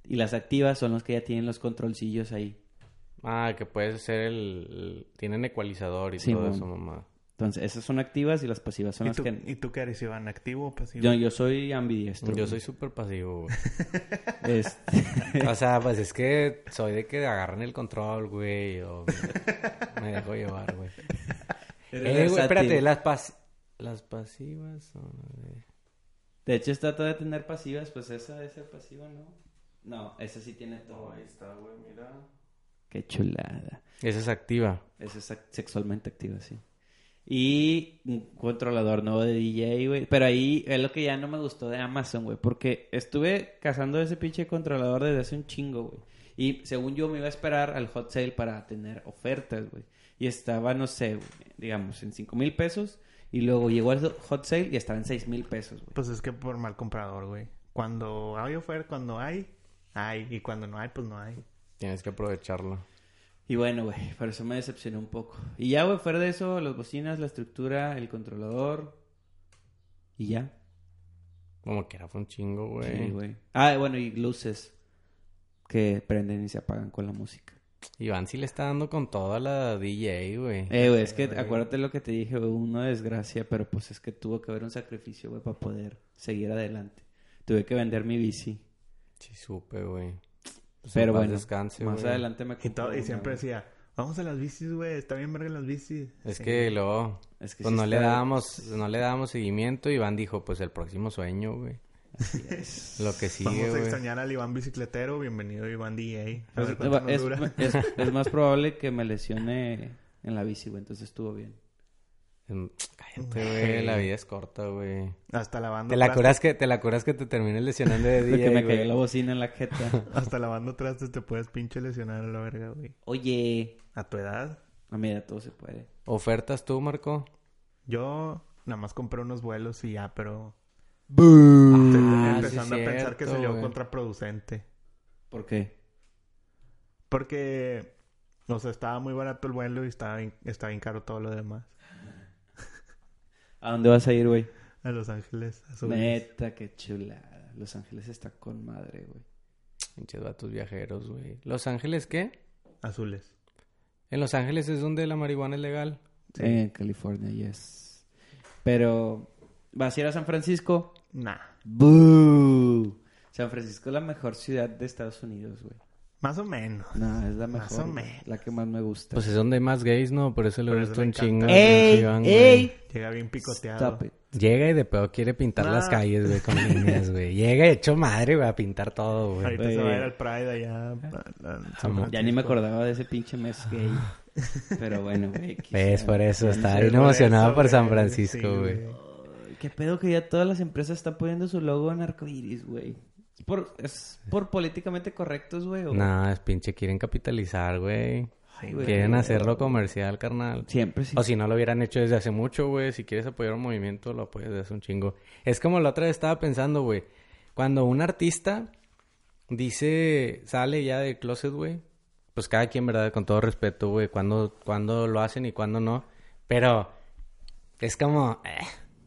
Speaker 2: Y las activas son las que ya tienen los controlcillos ahí.
Speaker 1: Ah, que puedes ser el... Tienen ecualizador y
Speaker 2: Sí,
Speaker 1: todo
Speaker 2: mon.
Speaker 1: eso, mamá.
Speaker 2: Entonces, esas son activas y las pasivas son
Speaker 3: ¿Y
Speaker 2: las
Speaker 3: tú,
Speaker 2: que...
Speaker 3: ¿Y tú qué eres, Iván? ¿Activo o pasivo?
Speaker 2: Yo, yo soy ambidiestro.
Speaker 1: Yo
Speaker 2: güey.
Speaker 1: soy súper pasivo, güey.
Speaker 2: Este,
Speaker 1: O sea, pues es que soy de que agarren el control, güey, o me dejo llevar, güey.
Speaker 2: Eres
Speaker 1: Eh, güey, espérate,
Speaker 2: versátil.
Speaker 1: las pas las pasivas son de-
Speaker 2: De hecho, está todo de tener pasivas, pues esa debe ser pasiva, ¿no? No, esa sí tiene todo. güey.
Speaker 3: está, güey, mira.
Speaker 2: Qué chulada.
Speaker 1: Esa es activa.
Speaker 2: Esa es ac- sexualmente activa, sí. Y un controlador nuevo de DJ, güey. Pero ahí es lo que ya no me gustó de Amazon, güey. Porque estuve cazando ese pinche controlador desde hace un chingo, güey. Y según yo me iba a esperar al hot sale para tener ofertas, güey. Y estaba, no sé, güey, digamos, en 5 mil pesos. Y luego llegó al hot sale y estaba en 6 mil pesos, güey.
Speaker 3: Pues es que por mal comprador, güey. Cuando hay oferta, cuando hay, hay. Y cuando no hay, pues no hay.
Speaker 1: Tienes que aprovecharlo.
Speaker 2: Y bueno, güey, por eso me decepcionó un poco. Y ya, güey, fuera de eso, las bocinas, la estructura, el controlador. Y ya.
Speaker 1: Como que era fue un chingo,
Speaker 2: Sí,
Speaker 1: güey.
Speaker 2: güey. Ah, bueno, y luces que prenden y se apagan con la música.
Speaker 1: Iván sí le está dando con toda la DJ, güey.
Speaker 2: Eh, güey, es que
Speaker 1: güey.
Speaker 2: acuérdate lo que te dije, güey, una desgracia, pero pues es que tuvo que haber un sacrificio, güey, para poder seguir adelante. Tuve que vender mi bici.
Speaker 1: Sí, supe, güey. Pues en
Speaker 2: pero
Speaker 1: paz
Speaker 2: bueno,
Speaker 1: descanse,
Speaker 2: más
Speaker 1: güey.
Speaker 2: adelante me
Speaker 3: Y,
Speaker 2: compré
Speaker 3: todo, y
Speaker 2: una,
Speaker 3: siempre
Speaker 2: güey.
Speaker 3: decía, vamos a las bicis, güey. Está bien verga las bicis.
Speaker 1: Es
Speaker 3: Sí.
Speaker 1: que luego
Speaker 2: Es que
Speaker 1: pues
Speaker 2: sí
Speaker 1: no le
Speaker 2: está-
Speaker 1: dábamos no le dábamos seguimiento y Iván dijo, pues el próximo sueño, güey.
Speaker 2: Así es.
Speaker 1: Lo que sigue,
Speaker 3: Vamos a
Speaker 1: güey.
Speaker 3: extrañar al Iván bicicletero. Bienvenido, Iván DJ. A ver
Speaker 2: Es-
Speaker 3: cuánto nos
Speaker 2: es,
Speaker 3: dura.
Speaker 2: es- es más probable que me lesione en la bici, güey, entonces estuvo bien.
Speaker 1: Mm, Cállate, güey. La vida es corta, güey.
Speaker 3: Hasta lavando
Speaker 1: Te la
Speaker 3: trastes-
Speaker 1: curas que, te la curas que te termines lesionando de
Speaker 2: Lo
Speaker 1: DJ,
Speaker 2: que me
Speaker 1: güey.
Speaker 2: cayó la bocina en la jeta.
Speaker 3: Hasta lavando trastes te puedes pinche lesionar a la verga, güey.
Speaker 2: Oye,
Speaker 3: A tu edad,
Speaker 2: ah, mira, todo se puede.
Speaker 1: ¿Ofertas tú, Marco?
Speaker 3: yo nada más compré unos vuelos y ya, pero... Estoy
Speaker 1: Ah, sí es
Speaker 3: empezando a pensar que
Speaker 1: cierto,
Speaker 3: salió
Speaker 1: güey.
Speaker 3: contraproducente.
Speaker 2: ¿Por qué?
Speaker 3: Porque, o sea, estaba muy barato el vuelo y estaba bien, estaba bien caro todo lo demás.
Speaker 2: ¿A dónde vas a ir, güey?
Speaker 3: A Los Ángeles, a su vez.
Speaker 2: Neta, qué chulada. Los Ángeles está con madre, güey.
Speaker 1: Pinches vatos viajeros, güey. ¿Los Ángeles qué?
Speaker 3: Azules.
Speaker 1: En Los Ángeles es donde la marihuana es legal.
Speaker 2: En Eh, California, yes. Pero, ¿vas a ir a San Francisco?
Speaker 3: Nah.
Speaker 2: ¡Boo! San Francisco es la mejor ciudad de Estados Unidos, güey.
Speaker 3: Más o menos.
Speaker 2: No, es la mejor.
Speaker 3: Más o
Speaker 2: güey.
Speaker 3: menos.
Speaker 2: La que más me gusta.
Speaker 1: Pues es donde hay más gays, ¿no? Por eso le
Speaker 3: Por
Speaker 1: gusta
Speaker 3: eso le
Speaker 1: un
Speaker 3: encanta.
Speaker 1: chingo. al
Speaker 2: ¡Ey!
Speaker 1: pinche Iván, güey.
Speaker 2: ¡Ey!
Speaker 3: Llega bien picoteado.
Speaker 2: Stop it.
Speaker 1: Llega y de pedo quiere pintar
Speaker 3: No.
Speaker 1: las calles, güey, con líneas, güey. Llega hecho madre, güey, a pintar todo, güey.
Speaker 3: Ahorita
Speaker 2: güey.
Speaker 3: se va a ir al Pride allá. a- a- a-
Speaker 1: Jamón.
Speaker 2: Ya ni me acordaba de ese pinche mes gay. Pero bueno, güey. qué-
Speaker 1: Ves, por eso, está
Speaker 3: Sí,
Speaker 1: bien
Speaker 3: por
Speaker 1: emocionado
Speaker 3: eso,
Speaker 1: por San
Speaker 3: güey.
Speaker 1: Francisco,
Speaker 3: Sí,
Speaker 1: güey.
Speaker 2: Qué pedo que ya todas las empresas están poniendo su logo en arcoiris, güey. Es Por, es por políticamente correctos, güey. o-
Speaker 1: No, es pinche, quieren capitalizar, güey.
Speaker 3: Ay,
Speaker 2: güey.
Speaker 1: Quieren hacerlo comercial, carnal.
Speaker 2: Siempre sí.
Speaker 1: O si no lo hubieran hecho desde hace mucho, güey. Si quieres apoyar un movimiento, lo apoyas desde hace un chingo. Es como la otra vez estaba pensando, güey. Cuando un artista dice, sale ya del closet, güey. Pues cada quien, ¿verdad? Con todo respeto, güey. Cuando, cuando lo hacen y cuando no. Pero es como... eh,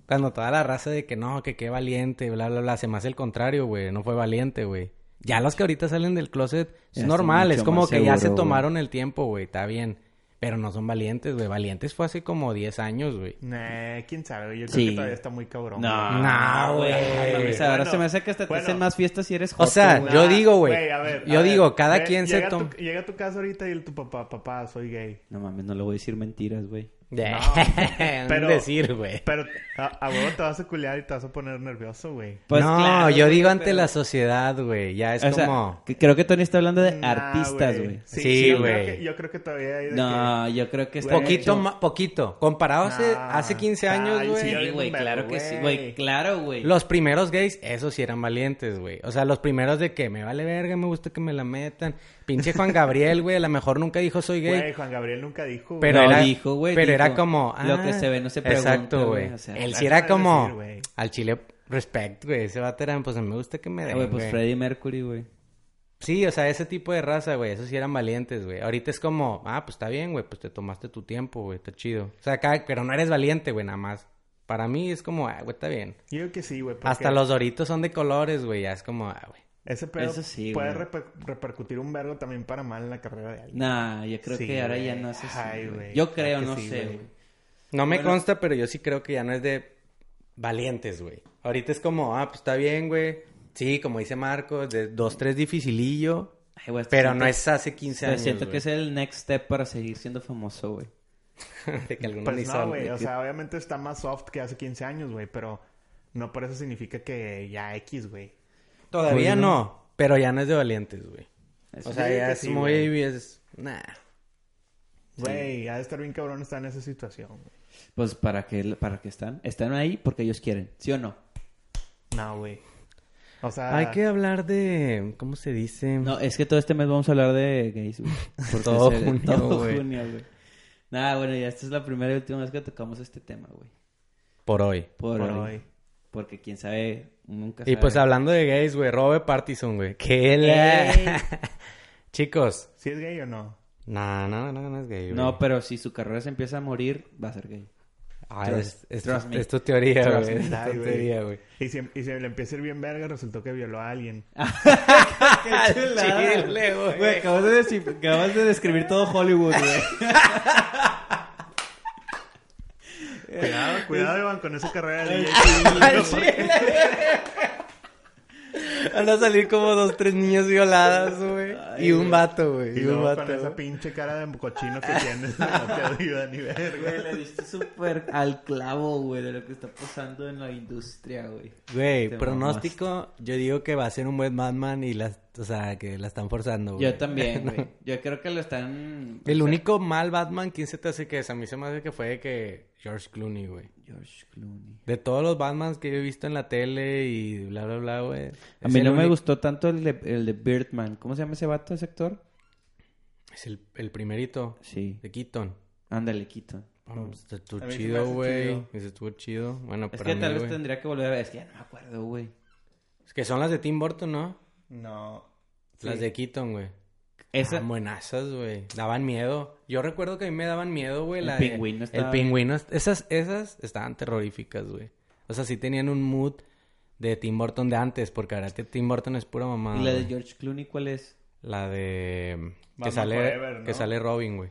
Speaker 1: cuando toda la raza de que no, que qué valiente, bla, bla, bla. Se me hace el contrario, güey. No fue valiente, güey. Ya los que ahorita salen del closet
Speaker 2: Ya
Speaker 1: es
Speaker 2: está
Speaker 1: normal.
Speaker 2: mucho
Speaker 1: Es como
Speaker 2: más
Speaker 1: que ya se
Speaker 2: seguro, güey.
Speaker 1: tomaron el tiempo, güey. Está bien. Pero no son valientes, güey. Valientes fue hace como 10 años, güey.
Speaker 3: Nah, quién sabe. güey. Yo creo
Speaker 2: Sí.
Speaker 3: que todavía está muy cabrón.
Speaker 2: No,
Speaker 3: güey.
Speaker 1: No, güey.
Speaker 2: Ay, mames, Pues, ahora
Speaker 3: Bueno,
Speaker 2: se me hace que hasta
Speaker 3: bueno.
Speaker 2: te hacen más fiestas si eres
Speaker 1: O sea,
Speaker 2: güey.
Speaker 1: yo digo, güey.
Speaker 3: a ver,
Speaker 1: Yo
Speaker 3: a
Speaker 1: digo,
Speaker 3: ver,
Speaker 1: cada
Speaker 3: ve,
Speaker 1: quien se
Speaker 3: llega a tu-
Speaker 1: toma-
Speaker 3: Llega a tu casa ahorita y el- tu papá, papá, soy gay.
Speaker 2: No mames, no le voy a decir mentiras, güey.
Speaker 1: pero...
Speaker 3: pero-
Speaker 1: decir, güey.
Speaker 3: Pero a, a huevo te vas a culear y te vas a poner nervioso, güey.
Speaker 2: Pues
Speaker 1: no,
Speaker 2: claro,
Speaker 1: yo
Speaker 2: güey,
Speaker 1: digo ante
Speaker 2: pero-
Speaker 1: la sociedad, güey. Ya es
Speaker 2: O sea,
Speaker 1: como...
Speaker 2: que- creo que Tony está hablando de
Speaker 3: Nah,
Speaker 2: artistas, güey.
Speaker 3: Sí,
Speaker 1: Sí,
Speaker 3: yo
Speaker 1: güey.
Speaker 3: creo que- Yo creo que todavía hay de
Speaker 2: No, yo creo que está
Speaker 3: Güey,
Speaker 1: Poquito,
Speaker 2: hecho-
Speaker 1: ma- poquito. Comparado hace,
Speaker 3: No.
Speaker 1: hace 15
Speaker 3: Ay,
Speaker 1: años, güey.
Speaker 3: sí,
Speaker 2: Sí, güey, claro que sí, güey,
Speaker 3: Güey.
Speaker 2: claro, güey.
Speaker 1: Los primeros gays, esos sí eran valientes, güey. O sea, los primeros de que me vale verga, me gusta que me la metan. Pinche Juan Gabriel, güey, a lo mejor nunca dijo soy
Speaker 3: que...
Speaker 1: gay.
Speaker 3: Güey, Juan Gabriel nunca dijo, güey.
Speaker 1: Pero
Speaker 2: No,
Speaker 1: era,
Speaker 2: dijo, güey,
Speaker 1: pero
Speaker 2: dijo,
Speaker 1: era como...
Speaker 2: "Lo que
Speaker 1: ah,
Speaker 2: se ve no se pregunta,
Speaker 1: Exacto, güey.
Speaker 2: güey, o sea,
Speaker 1: Él
Speaker 3: la
Speaker 1: sí era
Speaker 3: acaba de
Speaker 1: como...
Speaker 3: decir, güey.
Speaker 1: al chile, respect, güey. Ese vato era, pues, me gusta que me den,
Speaker 2: Güey, pues
Speaker 1: güey".
Speaker 2: Freddie Mercury, güey.
Speaker 1: Sí, o sea, ese tipo de raza, güey. Esos sí eran valientes, güey. Ahorita es como... Ah, pues, está bien, güey. Pues, te tomaste tu tiempo, güey. Está chido. O sea, cada- pero no eres valiente, güey, nada más. Para mí es como... Ah, güey, está bien.
Speaker 3: Yo digo que sí, güey. porque
Speaker 1: Hasta los doritos son de colores, güey. Ya es como... Ah, güey.
Speaker 3: Ese pedo
Speaker 2: Eso sí,
Speaker 3: puede
Speaker 2: güey.
Speaker 3: reper- repercutir un vergo también para mal en la carrera de alguien.
Speaker 2: Nah, yo creo
Speaker 3: Sí,
Speaker 2: que ahora
Speaker 3: güey.
Speaker 2: ya no es así.
Speaker 3: Ay,
Speaker 2: güey.
Speaker 3: güey,
Speaker 2: Yo creo,
Speaker 3: claro que
Speaker 2: no
Speaker 3: sí,
Speaker 2: sé,
Speaker 3: güey.
Speaker 2: güey.
Speaker 1: No me
Speaker 2: Bueno.
Speaker 1: consta, pero yo sí creo que ya no es de valientes, güey. Ahorita es como, ah, pues está bien, güey. Sí, como dice Marcos, de dos, tres dificilillo.
Speaker 2: Ay, güey,
Speaker 1: Pero
Speaker 2: siento-
Speaker 1: no es hace 15
Speaker 2: pero
Speaker 1: años.
Speaker 2: siento que
Speaker 1: güey.
Speaker 2: es el next step para seguir siendo famoso, güey.
Speaker 1: de que algunos ni
Speaker 3: Pues no,
Speaker 1: son,
Speaker 3: güey.
Speaker 1: güey.
Speaker 3: O sea, obviamente está más soft que hace 15 años, güey. Pero no por eso significa que ya X, güey.
Speaker 1: Todavía
Speaker 2: Pues,
Speaker 1: no.
Speaker 2: no.
Speaker 1: pero ya no es de valientes, güey.
Speaker 2: Eso
Speaker 1: O sea,
Speaker 3: sí,
Speaker 1: ya
Speaker 3: que
Speaker 1: es
Speaker 3: sí,
Speaker 1: muy.
Speaker 3: güey.
Speaker 1: Es... Nah.
Speaker 3: Güey, ha de estar bien cabrón estar en esa situación. güey.
Speaker 2: Pues para qué para qué están? Están ahí porque ellos quieren, ¿sí o no?
Speaker 3: No, güey. O sea,
Speaker 1: Hay que hablar de. ¿Cómo se dice?
Speaker 2: No, es que todo este mes vamos a hablar de gays, güey. Porque
Speaker 1: Todo
Speaker 2: se-
Speaker 1: junio,
Speaker 2: todo
Speaker 1: güey.
Speaker 2: junio, güey. Nada, bueno, ya esta es la primera y última vez que tocamos este tema, güey.
Speaker 1: Por hoy.
Speaker 2: Por,
Speaker 3: por
Speaker 2: hoy.
Speaker 3: hoy.
Speaker 2: Porque quién sabe, nunca
Speaker 1: Y pues
Speaker 2: sabe.
Speaker 1: hablando de gays, güey. Robert Partison, güey. Que
Speaker 2: Ey.
Speaker 1: la... Chicos.
Speaker 3: ¿Si es gay o no?
Speaker 1: No, no, no, no es gay, güey.
Speaker 2: No, pero si su carrera se empieza a morir, va a ser gay.
Speaker 1: Ah,
Speaker 2: Trust-
Speaker 1: es, es
Speaker 2: trust
Speaker 1: tu,
Speaker 2: me.
Speaker 1: es tu teoría,
Speaker 2: Trust
Speaker 1: güey.
Speaker 2: me.
Speaker 1: Es
Speaker 3: Ay,
Speaker 1: tu
Speaker 3: güey.
Speaker 1: teoría, güey.
Speaker 3: Y si, y si le empieza a ir bien verga, resultó que violó a alguien.
Speaker 1: Ah.
Speaker 2: ¡Qué
Speaker 1: chulada! Chile, güey. Güey,
Speaker 2: acabas de, describir todo Hollywood, güey.
Speaker 3: Cuidado, cuidado, Iván, con esa carrera de DJ.
Speaker 1: Van a salir como dos, tres niñas violadas, güey. Y un vato, güey. Y
Speaker 3: Y
Speaker 1: un
Speaker 3: luego con
Speaker 1: vato.
Speaker 3: esa
Speaker 1: güey.
Speaker 3: pinche cara de cochino que tienes, no te ayuda ni verga.
Speaker 2: Le diste súper al clavo, güey, de lo que está pasando en la industria, güey.
Speaker 1: Güey,
Speaker 2: Te
Speaker 1: pronóstico, yo digo que va a ser un buen Batman y las, o sea, que la están forzando, güey.
Speaker 2: Yo también, güey. Yo creo que lo están...
Speaker 1: El único mal Batman, ¿quién se te hace que es? A mí se me hace que fue de que George Clooney, güey.
Speaker 2: George Clooney.
Speaker 1: De todos los Batmans que yo he visto en la tele y bla, bla, bla, güey.
Speaker 2: A
Speaker 1: es
Speaker 2: mí
Speaker 1: el
Speaker 2: no me
Speaker 1: único-
Speaker 2: gustó tanto el de, el de Birdman. ¿Cómo se llama ese vato, ese actor?
Speaker 1: Es el, el primerito
Speaker 2: Sí.
Speaker 1: de Keaton.
Speaker 2: Ándale, quito.
Speaker 1: Este estuvo
Speaker 3: A mí se me
Speaker 1: chido,
Speaker 3: hace
Speaker 1: güey.
Speaker 3: chido.
Speaker 1: Ese estuvo chido. Bueno,
Speaker 2: Es
Speaker 1: para
Speaker 2: que
Speaker 1: mí,
Speaker 2: tal vez
Speaker 1: güey.
Speaker 2: tendría que volver a ver. Es que ya no me acuerdo, güey.
Speaker 1: Es que son las de Tim Burton, ¿no?
Speaker 3: No.
Speaker 1: Las de Keaton, güey.
Speaker 2: Esa...
Speaker 1: Estaban buenazas, güey. Daban miedo. Yo recuerdo que a mí me daban miedo, güey.
Speaker 2: El
Speaker 1: la de-
Speaker 2: pingüino estaba-
Speaker 1: El pingüino. Esas, esas estaban terroríficas, güey. O sea, sí tenían un mood de Tim Burton de antes, porque ahora que Tim Burton es pura mamá.
Speaker 2: ¿Y la de George Clooney cuál es?
Speaker 1: La de... Que
Speaker 3: Batman
Speaker 1: sale,
Speaker 3: Forever, ¿no?
Speaker 1: que sale Robin, güey.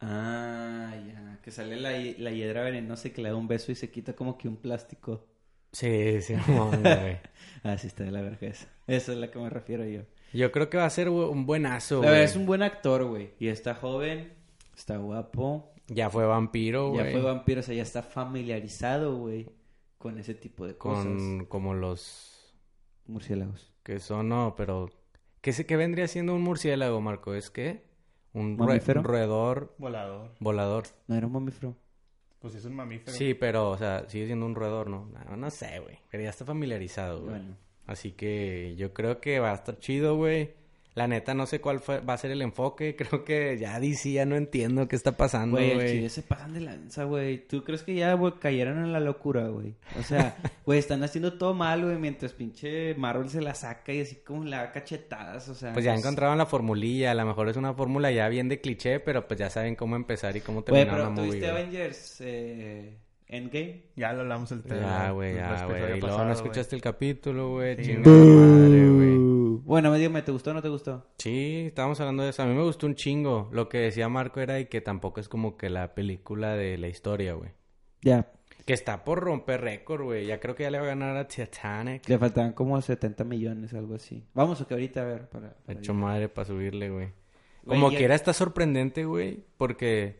Speaker 2: Ah, ya. Que sale la, hi- la hiedra venenosa y que le da un beso y se quita como que un plástico.
Speaker 1: Sí, sí, mamón, güey.
Speaker 2: Ah, sí, está de la verga esa. Esa es la que me refiero yo.
Speaker 1: Yo creo que va a ser güey, un buenazo,
Speaker 2: La verdad,
Speaker 1: güey.
Speaker 2: es un buen actor, güey. Y está joven, está guapo.
Speaker 1: Ya fue vampiro, Oh, güey.
Speaker 2: Ya fue vampiro, o sea, ya está familiarizado, güey. con ese tipo de
Speaker 1: Con
Speaker 2: cosas.
Speaker 1: como los
Speaker 2: Murciélagos.
Speaker 1: que son, no, pero... ¿Qué, se, qué vendría siendo un murciélago, Marco? ¿Es qué? Un, rue-
Speaker 2: ¿Mamífero?
Speaker 1: un roedor
Speaker 3: Volador.
Speaker 1: volador.
Speaker 2: No era un mamífero.
Speaker 3: Pues es un mamífero.
Speaker 1: Sí, pero, o sea, sigue siendo un roedor, ¿no? No, no sé, güey. Pero ya está familiarizado, Oh, güey.
Speaker 2: Bueno.
Speaker 1: Así que yo creo que va a estar chido, güey. La neta, no sé cuál fue- va a ser el enfoque. Creo que ya DC, ya no entiendo qué está pasando,
Speaker 2: Güey, al
Speaker 1: güey. Pues
Speaker 2: chile se pasan de lanza, güey. ¿Tú crees que ya, güey, cayeron en la locura, güey? O sea, güey, están haciendo todo mal, güey, mientras pinche Marvel se la saca y así como la da cachetadas, o sea.
Speaker 1: Pues ya
Speaker 2: es-
Speaker 1: encontraron la formulilla. A lo mejor es una fórmula ya bien de cliché, pero pues ya saben cómo empezar y cómo
Speaker 2: Güey,
Speaker 1: terminar
Speaker 2: pero
Speaker 1: una
Speaker 2: ¿tú
Speaker 1: movie,
Speaker 2: viste
Speaker 1: güey.
Speaker 2: Avengers eh, Endgame?
Speaker 3: Ya lo hablamos el tema.
Speaker 1: Ya, Ah, güey,
Speaker 3: el
Speaker 1: ya,
Speaker 3: episodio
Speaker 1: güey. Y luego
Speaker 3: pasado,
Speaker 1: no
Speaker 3: güey.
Speaker 1: escuchaste el capítulo, güey.
Speaker 3: Sí.
Speaker 1: Chinga tu madre, güey.
Speaker 2: Bueno, me dime, ¿te gustó o no te gustó?
Speaker 1: Sí, estábamos hablando de eso. A mí me gustó un chingo. Lo que decía Marco era y que tampoco es como que la película de la historia, güey.
Speaker 2: Ya,
Speaker 1: Que está por romper récord, güey. Ya creo que ya le va a ganar a Titanic.
Speaker 2: le faltaban como 70 millones, algo así. Vamos, que ahorita a ver. Para, para
Speaker 1: Hecho madre para subirle, güey.
Speaker 2: Güey,
Speaker 1: Como
Speaker 2: ya-
Speaker 1: quiera está sorprendente, güey. Porque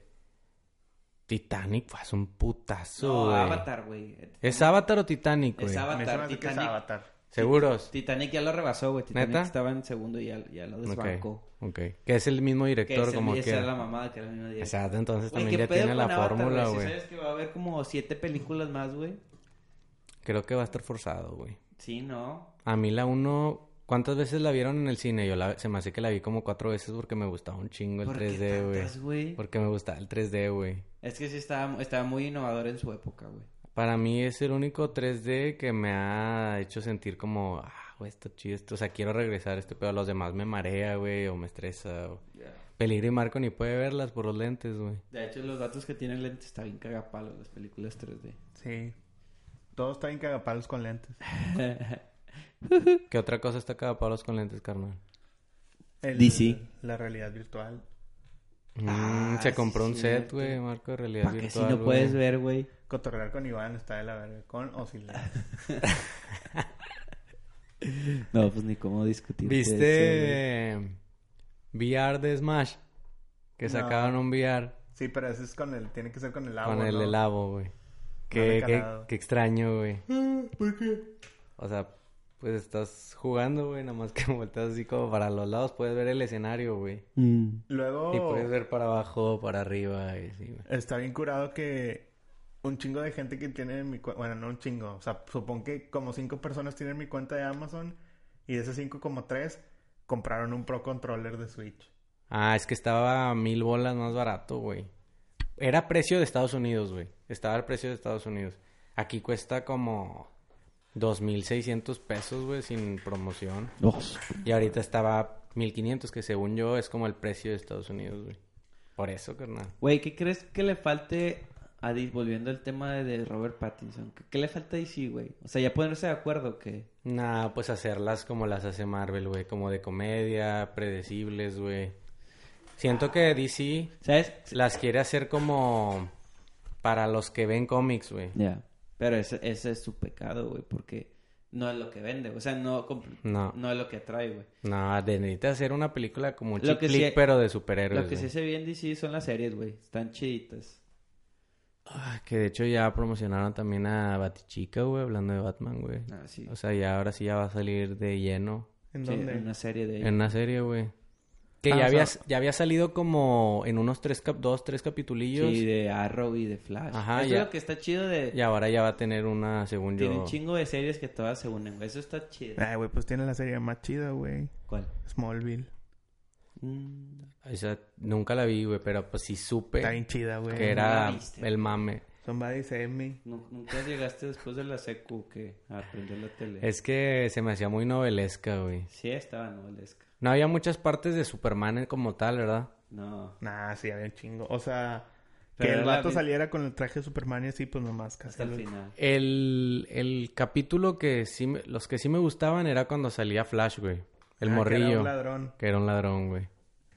Speaker 1: Titanic fue hace un putazo,
Speaker 2: No,
Speaker 1: güey.
Speaker 2: Avatar, güey.
Speaker 1: ¿Es Avatar o Titanic, güey?
Speaker 2: Es Avatar,
Speaker 3: Me suena que es
Speaker 2: Titanic.
Speaker 3: Avatar.
Speaker 1: ¿Seguros?
Speaker 2: Titanic ya lo rebasó, güey. Titanic
Speaker 1: ¿Neta?
Speaker 2: estaba en segundo y ya, ya lo
Speaker 1: Ok,
Speaker 2: desbancó.
Speaker 1: ok. Que es el mismo
Speaker 2: Que
Speaker 1: director,
Speaker 2: es el-
Speaker 1: como
Speaker 2: esa es
Speaker 1: que...
Speaker 2: la mamada que era el mismo día.
Speaker 1: Exacto, entonces
Speaker 2: Güey,
Speaker 1: también
Speaker 2: ¿qué
Speaker 1: ya
Speaker 2: pedo
Speaker 1: tiene la
Speaker 2: con Avatar,
Speaker 1: fórmula,
Speaker 2: Si
Speaker 1: güey.
Speaker 2: sabes que va a haber como siete películas más, güey.
Speaker 1: Creo que va a estar forzado, güey.
Speaker 2: Sí, ¿no?
Speaker 1: A mí la uno... ¿Cuántas veces la vieron en el cine? Yo la... se me hace que la vi como cuatro veces porque me gustaba un chingo el
Speaker 2: ¿Por qué
Speaker 1: 3D, güey.
Speaker 2: tantas, güey?
Speaker 1: Porque me gustaba el 3D, güey.
Speaker 2: Es que sí estaba, estaba muy innovador en su época, güey.
Speaker 1: Para mí es el único 3D que me ha hecho sentir como, ah, güey, esto chido, esto, o sea, quiero regresar a este pedo. Los demás me marea, güey, o me estresa. o- Peligro y Marco ni puede verlas por los lentes, güey.
Speaker 2: De hecho, los datos que tienen lentes está bien cagapalos las películas 3D.
Speaker 3: Sí. Todo está en cagapalos con lentes.
Speaker 1: ¿Qué otra cosa está cada palos con lentes, carnal?
Speaker 3: El-
Speaker 2: DC.
Speaker 3: La realidad virtual.
Speaker 1: Mm,
Speaker 2: Ah,
Speaker 1: se
Speaker 2: sí,
Speaker 1: compró un set,
Speaker 2: cierto.
Speaker 1: güey, Marco de realidad
Speaker 2: Para que si
Speaker 1: virtual.
Speaker 2: no
Speaker 1: güey.
Speaker 2: puedes ver, güey.
Speaker 3: Cotorrear con Iván está de la verga. Con o sin lentes.
Speaker 2: No, pues ni cómo discutir. de eso, güey.
Speaker 1: ¿Viste VR de Smash? Que
Speaker 3: No.
Speaker 1: sacaron un VR
Speaker 3: Sí, pero ese es con el... Tiene que ser con el agua,
Speaker 1: con el
Speaker 3: ¿no?
Speaker 1: de Labo, güey.
Speaker 3: le he
Speaker 1: Qué, qué,
Speaker 3: calado.
Speaker 1: qué extraño, güey.
Speaker 3: Ah, ¿Por qué?
Speaker 1: O sea, pues estás jugando, güey, nada más que vueltas así como para los lados, puedes ver el escenario, güey.
Speaker 2: Mm.
Speaker 3: Luego...
Speaker 1: Y puedes ver para abajo, para arriba, y así, güey.
Speaker 3: Está bien curado que un chingo de gente que tiene mi cuenta, bueno, no un chingo, o sea, supongo que como cinco personas tienen mi cuenta de Amazon y de esas cinco como tres compraron un Pro Controller de Switch.
Speaker 1: Ah, es que estaba a mil bolas más barato, güey. Era precio de Estados Unidos, güey. Estaba al precio de Estados Unidos. Aquí cuesta como 2.600 pesos, güey, sin promoción.
Speaker 2: Dos.
Speaker 1: Y ahorita estaba a 1.500, que según yo es como el precio de Estados Unidos, güey. Por eso, carnal.
Speaker 2: Güey, ¿qué crees que le falte a Dis- volviendo al tema de, de Robert Pattinson? ¿Qué, qué le falta a DC, güey? O sea, ya ponerse de acuerdo que
Speaker 1: Nah, pues hacerlas como las hace Marvel, güey, como de comedia, predecibles, güey. Siento que DC
Speaker 2: ¿sabes?
Speaker 1: las quiere hacer como para los que ven cómics, güey.
Speaker 2: Ya. Pero ese, ese es su pecado, güey, porque no es lo que vende, o sea, no compl-
Speaker 1: No.
Speaker 2: no es lo que trae, güey.
Speaker 1: No, de- necesita hacer una película como un
Speaker 2: Lo
Speaker 1: chick
Speaker 2: que
Speaker 1: flick,
Speaker 2: sí-
Speaker 1: pero de superhéroes.
Speaker 2: Lo que sí
Speaker 1: güey.
Speaker 2: se ve en DC son las series, güey. Están chiditas.
Speaker 1: Ah, que de hecho ya promocionaron también a Batichica, güey, hablando de Batman, güey.
Speaker 2: Ah, sí.
Speaker 1: O sea, ya ahora sí ya va a salir de lleno
Speaker 3: ¿En
Speaker 2: Sí,
Speaker 3: dónde?
Speaker 2: una serie de
Speaker 1: en una serie, güey. Que
Speaker 3: Ah,
Speaker 1: ya,
Speaker 3: o
Speaker 1: había,
Speaker 3: sea-
Speaker 1: ya había salido como en unos tres cap, dos, tres capitulillos.
Speaker 2: Sí, de Arrow y de Flash.
Speaker 1: Ajá,
Speaker 2: Eso
Speaker 1: ya.
Speaker 2: es lo que está chido de...
Speaker 1: Y ahora ya va a tener una, según
Speaker 2: Tiene
Speaker 1: yo. Ah.
Speaker 2: un chingo de series que todas se unen, güey. Eso está chido.
Speaker 3: Ay, güey, pues tiene la serie más chida, güey.
Speaker 2: ¿Cuál?
Speaker 3: Smallville.
Speaker 2: Mm,
Speaker 1: Esa nunca la vi, güey, pero pues sí supe
Speaker 3: Está bien chida, güey.
Speaker 1: que
Speaker 2: No la
Speaker 1: era
Speaker 2: viste.
Speaker 1: el mame.
Speaker 3: Somebody save me.
Speaker 2: nu- Nunca llegaste después de la secu que a aprender la tele.
Speaker 1: Es que se me hacía muy novelesca, güey.
Speaker 2: Sí, estaba novelesca.
Speaker 1: No había muchas partes de Superman en- como tal, ¿verdad?
Speaker 2: No.
Speaker 3: Nah, sí, había un chingo. O sea,
Speaker 2: Pero
Speaker 3: que el
Speaker 2: era la
Speaker 3: vato
Speaker 2: vi-
Speaker 3: saliera con el traje de Superman y así, pues nomás casi.
Speaker 2: Hasta
Speaker 3: lo-
Speaker 2: el final.
Speaker 1: El, el capítulo que sí, me- los que sí me gustaban era cuando salía Flash, güey. El
Speaker 3: Ah, que era
Speaker 1: morrillo.
Speaker 3: un ladrón.
Speaker 1: Que era un ladrón, güey.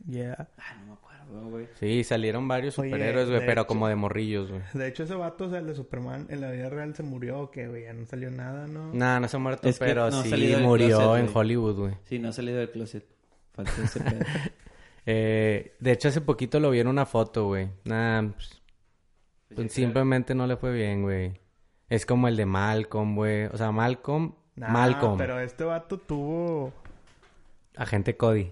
Speaker 3: Yeah.
Speaker 2: Ah, no me acuerdo, güey.
Speaker 1: Sí, salieron varios
Speaker 3: Oye,
Speaker 1: superhéroes, güey,
Speaker 3: de
Speaker 1: pero
Speaker 3: hecho-
Speaker 1: como de morrillos, güey.
Speaker 3: De hecho, ese vato, o sea, el de Superman, en la vida real se murió, ¿o qué, güey? Ya no salió nada, ¿no?
Speaker 1: Nah, no se ha muerto,
Speaker 2: Es que
Speaker 1: pero
Speaker 2: no ha
Speaker 1: sí
Speaker 2: salido del
Speaker 1: murió
Speaker 2: closet,
Speaker 1: en
Speaker 2: güey.
Speaker 1: Hollywood, güey.
Speaker 2: Sí, no ha salido del closet. Faltó ese pedo.
Speaker 1: Eh, de hecho, hace poquito lo vi en una foto, güey. Nah, pues,
Speaker 2: Pues
Speaker 1: Pues
Speaker 2: ya
Speaker 1: simplemente no le fue bien, güey. Es como el de Malcolm, güey. O sea, Malcolm,
Speaker 3: Nah,
Speaker 1: Malcolm.
Speaker 3: Pero este vato tuvo.
Speaker 1: Agente Cody.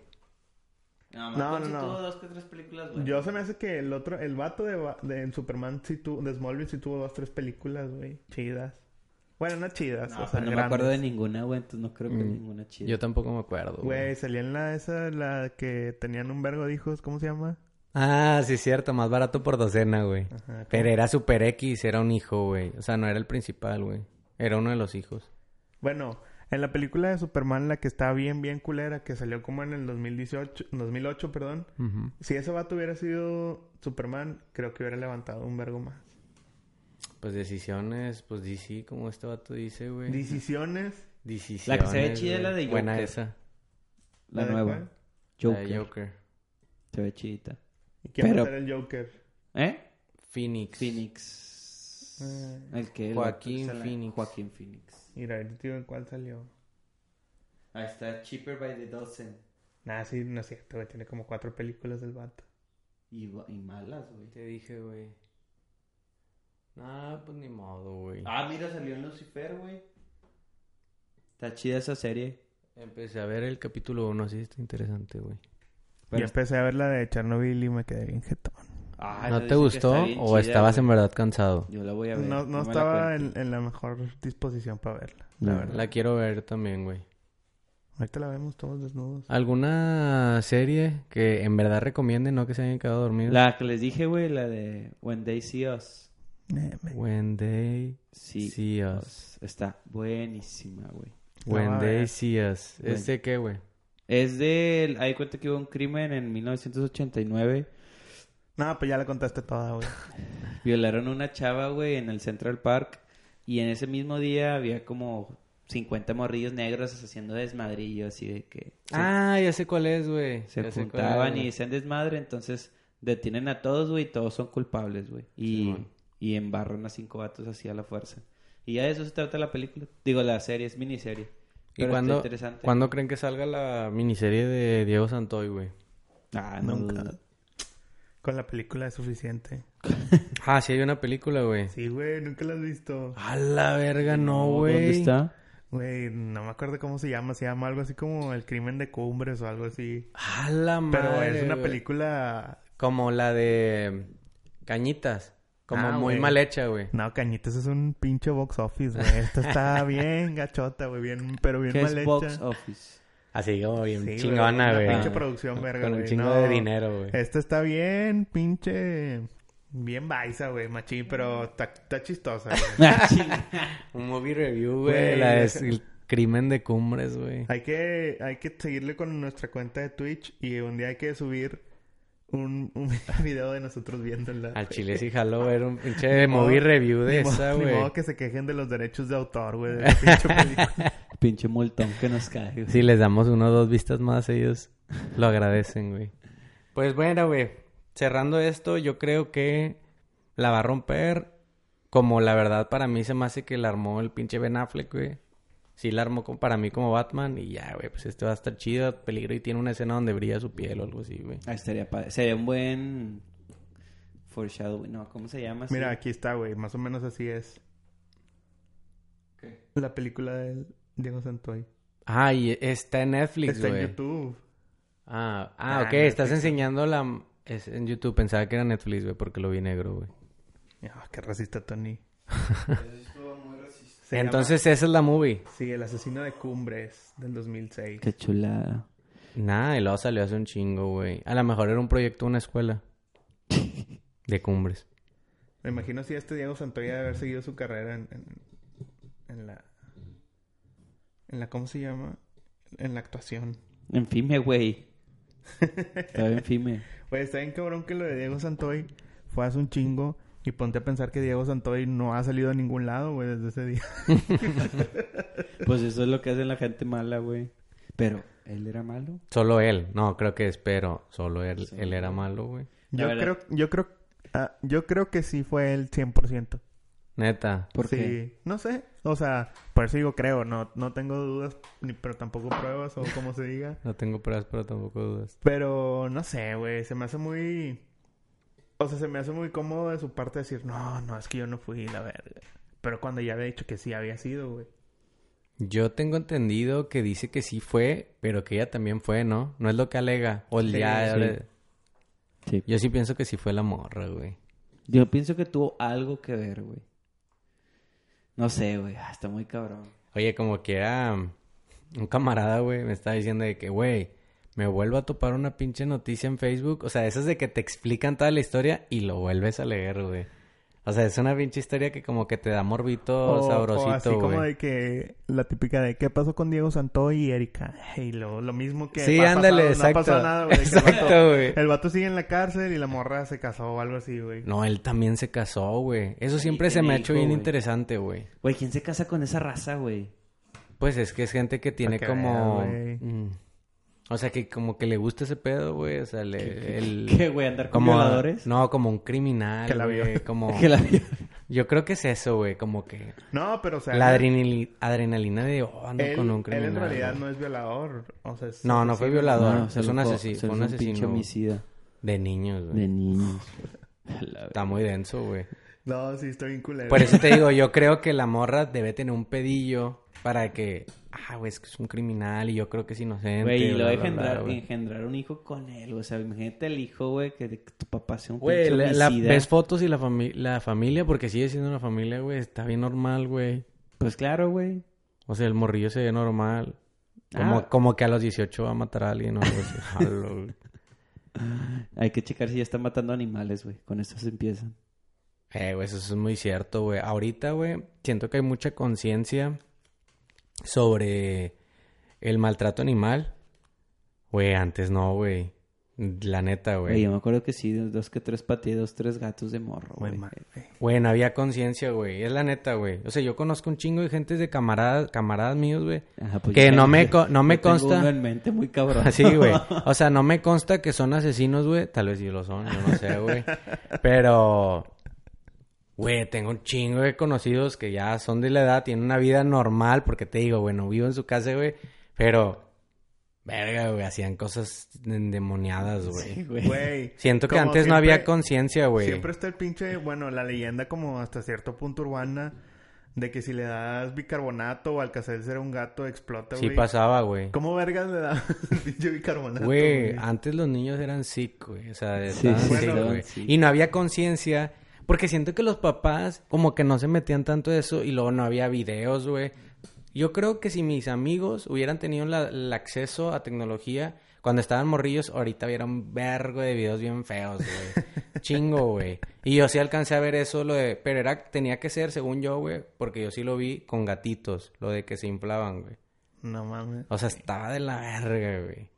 Speaker 3: No, no, no.
Speaker 2: tuvo dos que tres películas, güey.
Speaker 3: Yo se me hace que el otro, el vato de, Ba- de Superman sí tuvo, de Smallville sí tuvo dos, tres películas, güey. Chidas. Bueno, no chidas.
Speaker 2: No,
Speaker 3: o sea,
Speaker 2: no me
Speaker 3: grandes.
Speaker 2: acuerdo de ninguna, güey, entonces no creo que
Speaker 1: Mm.
Speaker 2: ninguna chida.
Speaker 1: Yo tampoco me acuerdo,
Speaker 3: Güey,
Speaker 1: güey.
Speaker 3: salía en la esa, la que tenían un vergo de hijos, ¿cómo se llama?
Speaker 1: Ah, sí, es cierto. Más barato por docena, güey.
Speaker 3: Ajá,
Speaker 1: Pero era Super X, era un hijo, güey. O sea, no era el principal, güey. Era uno de los hijos.
Speaker 3: Bueno, en la película de Superman, la que está bien, bien culera, que salió como en el 2018, 2008, perdón.
Speaker 1: Ujú.
Speaker 3: Si ese vato hubiera sido Superman, creo que hubiera levantado un vergo más.
Speaker 1: Pues decisiones, pues DC, como este vato dice, güey.
Speaker 3: Decisiones.
Speaker 1: Decisiones.
Speaker 2: La que se ve chida es
Speaker 1: güey.
Speaker 2: la de
Speaker 1: Buena
Speaker 2: Joker.
Speaker 1: esa.
Speaker 2: La
Speaker 3: ¿La de
Speaker 2: nueva.
Speaker 3: cuál?
Speaker 1: La de
Speaker 2: Joker.
Speaker 1: Joker.
Speaker 2: Se ve chidita.
Speaker 3: ¿Y quién va
Speaker 2: Pero-
Speaker 3: a ser el Joker?
Speaker 2: ¿Eh?
Speaker 1: Phoenix.
Speaker 2: Phoenix.
Speaker 3: Eh.
Speaker 2: El que el
Speaker 1: Joaquín
Speaker 2: otro-
Speaker 1: Phoenix.
Speaker 2: Joaquín Phoenix.
Speaker 3: Mira, ahorita te digo en cuál salió.
Speaker 2: Ahí está Cheaper by the Dozen.
Speaker 3: Nah, sí, no es cierto, güey. Tiene como cuatro películas del vato.
Speaker 2: Y, bu- y malas, güey.
Speaker 1: Te dije, güey. Nah, pues ni modo, güey.
Speaker 2: Ah, mira, salió en Lucifer, güey. Está chida esa serie.
Speaker 1: Empecé a ver el capítulo 1, así está interesante, güey.
Speaker 2: Pero-
Speaker 3: Yo empecé a ver la de Chernobyl y me quedé bien jetón.
Speaker 2: Ah,
Speaker 1: ¿No
Speaker 2: dicen
Speaker 1: te
Speaker 2: que
Speaker 1: gustó
Speaker 2: está bien
Speaker 1: o
Speaker 2: chida,
Speaker 1: estabas
Speaker 2: güey.
Speaker 1: en verdad cansado?
Speaker 2: Yo la voy a ver.
Speaker 3: No, no
Speaker 2: me la
Speaker 3: estaba en,
Speaker 2: cuentes.
Speaker 3: en la mejor disposición para verla,
Speaker 2: No.
Speaker 3: la verdad.
Speaker 1: La quiero ver también, güey.
Speaker 3: Ahorita la vemos todos desnudos.
Speaker 1: ¿Alguna serie que en verdad recomienden, no que se hayan quedado dormidos?
Speaker 2: La que les dije, güey, la de When They See Us.
Speaker 3: Eh, me-
Speaker 1: When They
Speaker 2: Sí.
Speaker 1: See Us.
Speaker 2: Us. Está buenísima, güey.
Speaker 1: When
Speaker 3: No, eh, a
Speaker 1: They
Speaker 3: ver.
Speaker 1: See Us.
Speaker 2: Bueno.
Speaker 1: ¿Este qué, güey?
Speaker 2: Es del... Ahí cuenta que hubo un crimen en 1989.
Speaker 3: No, pues ya la contaste toda, güey.
Speaker 2: Violaron a una chava, güey, en el Central Park. Y en ese mismo día había como 50 morrillos negros haciendo desmadrillo, así de que... se-
Speaker 1: Ah, ya sé cuál es, güey.
Speaker 2: se
Speaker 1: Ya sé cuál
Speaker 2: juntaban
Speaker 1: es,
Speaker 2: y
Speaker 1: güey.
Speaker 2: hacían desmadre, entonces detienen a todos, güey, y todos son culpables, güey. Y,
Speaker 1: Simón.
Speaker 2: y embarran a cinco vatos así a la fuerza. Y ya de eso se trata la película. Digo, la serie, es miniserie.
Speaker 1: ¿Y
Speaker 2: Pero está
Speaker 1: cuándo,
Speaker 2: interesante.
Speaker 1: cuándo creen que salga la miniserie de Diego Santoy, güey?
Speaker 2: Ah, no
Speaker 3: Nunca.
Speaker 2: dudo.
Speaker 3: Con la película es suficiente.
Speaker 1: Ah, sí, hay una película, güey.
Speaker 3: Sí, güey, nunca la has visto.
Speaker 1: A la verga, no, güey.
Speaker 2: ¿Dónde está?
Speaker 3: Güey, no me acuerdo cómo se llama. Se llama algo así como El crimen de cumbres o algo así.
Speaker 1: A la
Speaker 3: Pero
Speaker 1: madre.
Speaker 3: es una
Speaker 1: güey.
Speaker 3: película...
Speaker 1: Como la de Cañitas. Como
Speaker 3: Ah,
Speaker 1: muy
Speaker 3: güey.
Speaker 1: mal hecha, güey.
Speaker 3: No, Cañitas es un pinche box office, güey. Esta está bien gachota, güey. Bien, pero bien
Speaker 2: ¿Qué
Speaker 3: mal
Speaker 2: es
Speaker 3: hecha.
Speaker 2: box office?
Speaker 1: Así como bien
Speaker 3: Sí, güey,
Speaker 1: chingona,
Speaker 3: una
Speaker 1: güey.
Speaker 3: pinche
Speaker 1: Ah.
Speaker 3: producción verga,
Speaker 1: Con un
Speaker 3: güey.
Speaker 1: chingo
Speaker 3: No.
Speaker 1: de dinero, güey.
Speaker 3: Esta está bien pinche... Bien baisa, güey, machín. Pero está, está chistosa, güey.
Speaker 1: Un movie review, güey.
Speaker 3: Güey,
Speaker 1: La de
Speaker 3: esa-
Speaker 1: el crimen de cumbres, güey.
Speaker 3: Hay que, hay que seguirle con nuestra cuenta de Twitch y un día hay que subir un, un video de nosotros viéndola.
Speaker 1: Al chile sí jaló ver un pinche
Speaker 3: Pues Ni modo-
Speaker 1: movie review de
Speaker 3: Ni modo-
Speaker 1: esa,
Speaker 3: ni
Speaker 1: güey.
Speaker 3: modo que se quejen de los derechos de autor, güey. de la pinche película.
Speaker 2: Pinche multón que nos cae. güey.
Speaker 1: Si les damos una o dos vistas más, ellos lo agradecen, güey. Pues bueno, güey. Cerrando esto, yo creo que la va a romper. Como la verdad para mí se me hace que la armó el pinche Ben Affleck, güey. Sí la armó como- para mí como Batman y ya, güey. Pues este va a estar chido, peligro y tiene una escena donde brilla su piel o algo así, güey.
Speaker 2: Ah, estaría padre. Sería un buen... Foreshadowing. No, ¿cómo se llama?
Speaker 3: Mira, aquí está, güey. Más o menos así es
Speaker 2: ¿Qué?
Speaker 3: la película de Diego Santoy.
Speaker 1: Ah, y está en Netflix,
Speaker 3: Está
Speaker 1: güey.
Speaker 3: en YouTube.
Speaker 1: Ah, ah,
Speaker 3: Ah,
Speaker 1: ok.
Speaker 3: en
Speaker 1: Estás
Speaker 3: Netflix.
Speaker 1: enseñando la... Es en YouTube. Pensaba que era Netflix, güey, porque lo vi negro, güey.
Speaker 3: Ah, qué racista, Tony. Se llama-
Speaker 1: Entonces esa es la movie.
Speaker 3: Sí, El asesino de cumbres del 2006.
Speaker 2: Qué chulada.
Speaker 1: Nah, y luego salió hace un chingo, güey. A lo mejor era un proyecto de una escuela. De cumbres.
Speaker 3: Me imagino si este Diego Santoy ha de haber seguido su carrera en, en, en la... En la... ¿Cómo se llama? En la actuación.
Speaker 2: En Fime, güey. Estaba en Fime.
Speaker 3: Pues está bien cabrón que lo de Diego Santoy fue hace un chingo. Y ponte a pensar que Diego Santoy no ha salido a ningún lado, güey, desde ese día.
Speaker 2: Pues eso es lo que hace la gente mala, güey. Pero, ¿él era malo?
Speaker 1: Solo él. No, creo que es, pero solo él. Él era malo, güey.
Speaker 2: La
Speaker 3: Yo creo,
Speaker 2: verdad.
Speaker 3: yo creo, ah, yo creo que sí fue el 100%.
Speaker 1: Neta.
Speaker 2: ¿Por
Speaker 3: sí.
Speaker 2: qué?
Speaker 3: No sé. O sea, por eso digo creo. No, no tengo dudas, ni, pero tampoco pruebas o como se diga.
Speaker 1: No tengo pruebas, pero tampoco dudas.
Speaker 3: Pero no sé, güey, se me hace muy... O sea, se me hace muy cómodo de su parte decir, no, no, es que yo no fui, la verga. Pero cuando ya había dicho que sí había sido, güey.
Speaker 1: Yo tengo entendido que dice que sí fue, pero que ella también fue, ¿no? No es lo que alega. O el
Speaker 3: Sí,
Speaker 1: ya-
Speaker 2: sí. Sí.
Speaker 1: Yo sí pienso que sí fue la morra, güey.
Speaker 2: Yo pienso que tuvo algo que ver, güey. No sé, güey. Ah, está muy cabrón.
Speaker 1: Oye, como que era mm, un camarada, güey, me estaba diciendo de que, güey, me vuelvo a topar una pinche noticia en Facebook. O sea, esas de que te explican toda la historia y lo vuelves a leer, güey. O sea, es una pinche historia que como que te da morbito Oh, sabrosito,
Speaker 3: así
Speaker 1: güey.
Speaker 3: como de que la típica de ¿qué pasó con Diego Santoy y Erika? Y lo, lo mismo que
Speaker 1: Sí,
Speaker 3: ha
Speaker 1: ándale,
Speaker 3: pasado,
Speaker 1: exacto.
Speaker 3: No pasó nada, güey. de que el
Speaker 1: Exacto,
Speaker 3: vato-
Speaker 1: güey.
Speaker 3: El vato sigue en la cárcel y la morra se casó o algo así, güey.
Speaker 1: No, él también se casó, güey. Eso siempre se
Speaker 2: tiene
Speaker 1: me ha hecho
Speaker 2: hijo,
Speaker 1: bien
Speaker 2: güey.
Speaker 1: interesante, güey.
Speaker 2: Güey, ¿quién se casa con esa raza, güey?
Speaker 1: Pues es que es gente que tiene
Speaker 3: que
Speaker 1: como...
Speaker 3: vea, güey.
Speaker 1: mm, o sea, que como que le gusta ese pedo, güey. O sea, le... el...
Speaker 2: ¿Qué, güey? ¿Andar con violadores?
Speaker 1: No, como un criminal,
Speaker 3: Que la vio.
Speaker 1: güey, Como...
Speaker 2: Que la vio.
Speaker 1: Yo creo que es eso, güey, como que
Speaker 3: No, pero o sea...
Speaker 1: la
Speaker 3: él,
Speaker 1: adrenali- adrenalina de, oh, ando
Speaker 3: él
Speaker 1: con un criminal.
Speaker 3: en realidad
Speaker 1: güey.
Speaker 3: no es violador. O sea, es
Speaker 1: No, no fue
Speaker 3: asesino.
Speaker 1: violador.
Speaker 2: No, se
Speaker 1: es
Speaker 2: lo
Speaker 1: un
Speaker 2: co-
Speaker 1: asesino,
Speaker 2: se lo
Speaker 1: un
Speaker 2: hizo pinche
Speaker 1: asesino
Speaker 2: homicida
Speaker 1: de niños, güey.
Speaker 2: de niños. A la verga.
Speaker 1: Está muy denso, güey.
Speaker 3: No, sí, estoy bien culero.
Speaker 1: Por eso te digo, yo creo que la morra debe tener un pedillo para que, ah, güey, es que es un criminal y yo creo que es inocente.
Speaker 2: Güey, y lo
Speaker 1: bla, bla,
Speaker 2: de
Speaker 1: bla,
Speaker 2: engendrar,
Speaker 1: güey.
Speaker 2: engendrar un hijo con él. güey. O sea, imagínate el hijo, güey, que de- que tu papá sea un
Speaker 1: Güey,
Speaker 2: pinche
Speaker 1: la, la-
Speaker 2: homicida.
Speaker 1: ves fotos y la, fami- la familia, porque sigue siendo una familia, güey, está bien normal, güey.
Speaker 2: Pues claro, güey.
Speaker 1: O sea, el morrillo se ve normal. Como,
Speaker 2: Ah.
Speaker 1: como que a los 18 va a matar a alguien o algo así. Ah, Jalo, güey.
Speaker 2: Hay que checar si ya están matando animales, güey. Con eso se empiezan.
Speaker 1: Eh, güey, eso es muy cierto, güey. Ahorita, güey, siento que hay mucha conciencia sobre el maltrato animal. Güey, antes no, güey. La neta,
Speaker 2: Güey,
Speaker 1: güey.
Speaker 2: yo me acuerdo que sí, dos, dos que tres pateé, dos, tres gatos de morro,
Speaker 3: Güey,
Speaker 2: güey.
Speaker 3: ma- güey.
Speaker 1: Güey, no había conciencia, güey. Es la neta, güey. O sea, yo conozco un chingo de gente de camaradas, camaradas míos, güey.
Speaker 2: Ajá, pues
Speaker 1: Que
Speaker 2: ya,
Speaker 1: no me
Speaker 2: ya-
Speaker 1: co- no me
Speaker 2: yo tengo
Speaker 1: consta.
Speaker 2: uno en mente muy cabrón.
Speaker 1: Así, güey. O sea, no me consta que son asesinos, güey. Tal vez sí lo son, yo no sé, güey. Pero, güey, tengo un chingo de conocidos que ya son de la edad, tienen una vida normal, porque te digo, güey, no vivo en su casa, güey. Pero, verga, güey, hacían cosas endemoniadas, güey.
Speaker 2: Sí, güey.
Speaker 3: Güey,
Speaker 1: Siento que
Speaker 3: como
Speaker 1: antes no había
Speaker 3: siempre-
Speaker 1: conciencia, güey.
Speaker 3: Siempre está el pinche, bueno, la leyenda como hasta cierto punto urbana de que si le das bicarbonato o alcacelcer a un gato explota,
Speaker 1: Sí
Speaker 3: güey.
Speaker 1: pasaba, güey.
Speaker 3: ¿Cómo vergas le das pinche bicarbonato?
Speaker 1: Güey, antes los niños eran sick, güey. O sea,
Speaker 2: Sí,
Speaker 1: estaban
Speaker 3: sí,
Speaker 1: sick,
Speaker 3: estaban
Speaker 1: güey.
Speaker 2: sick.
Speaker 1: Y no había conciencia. Porque siento que los papás como que no se metían tanto de eso y luego no había videos, güey. Yo creo que si mis amigos hubieran tenido la- el acceso a tecnología cuando estaban morrillos, ahorita hubiera un vergo de videos bien feos, güey. Chingo, güey. Y yo sí alcancé a ver eso, lo de... Pero era, tenía que ser, según yo, güey, porque yo sí lo vi con gatitos, lo de que se inflaban, güey.
Speaker 3: No mames.
Speaker 1: O sea, estaba de la verga, güey.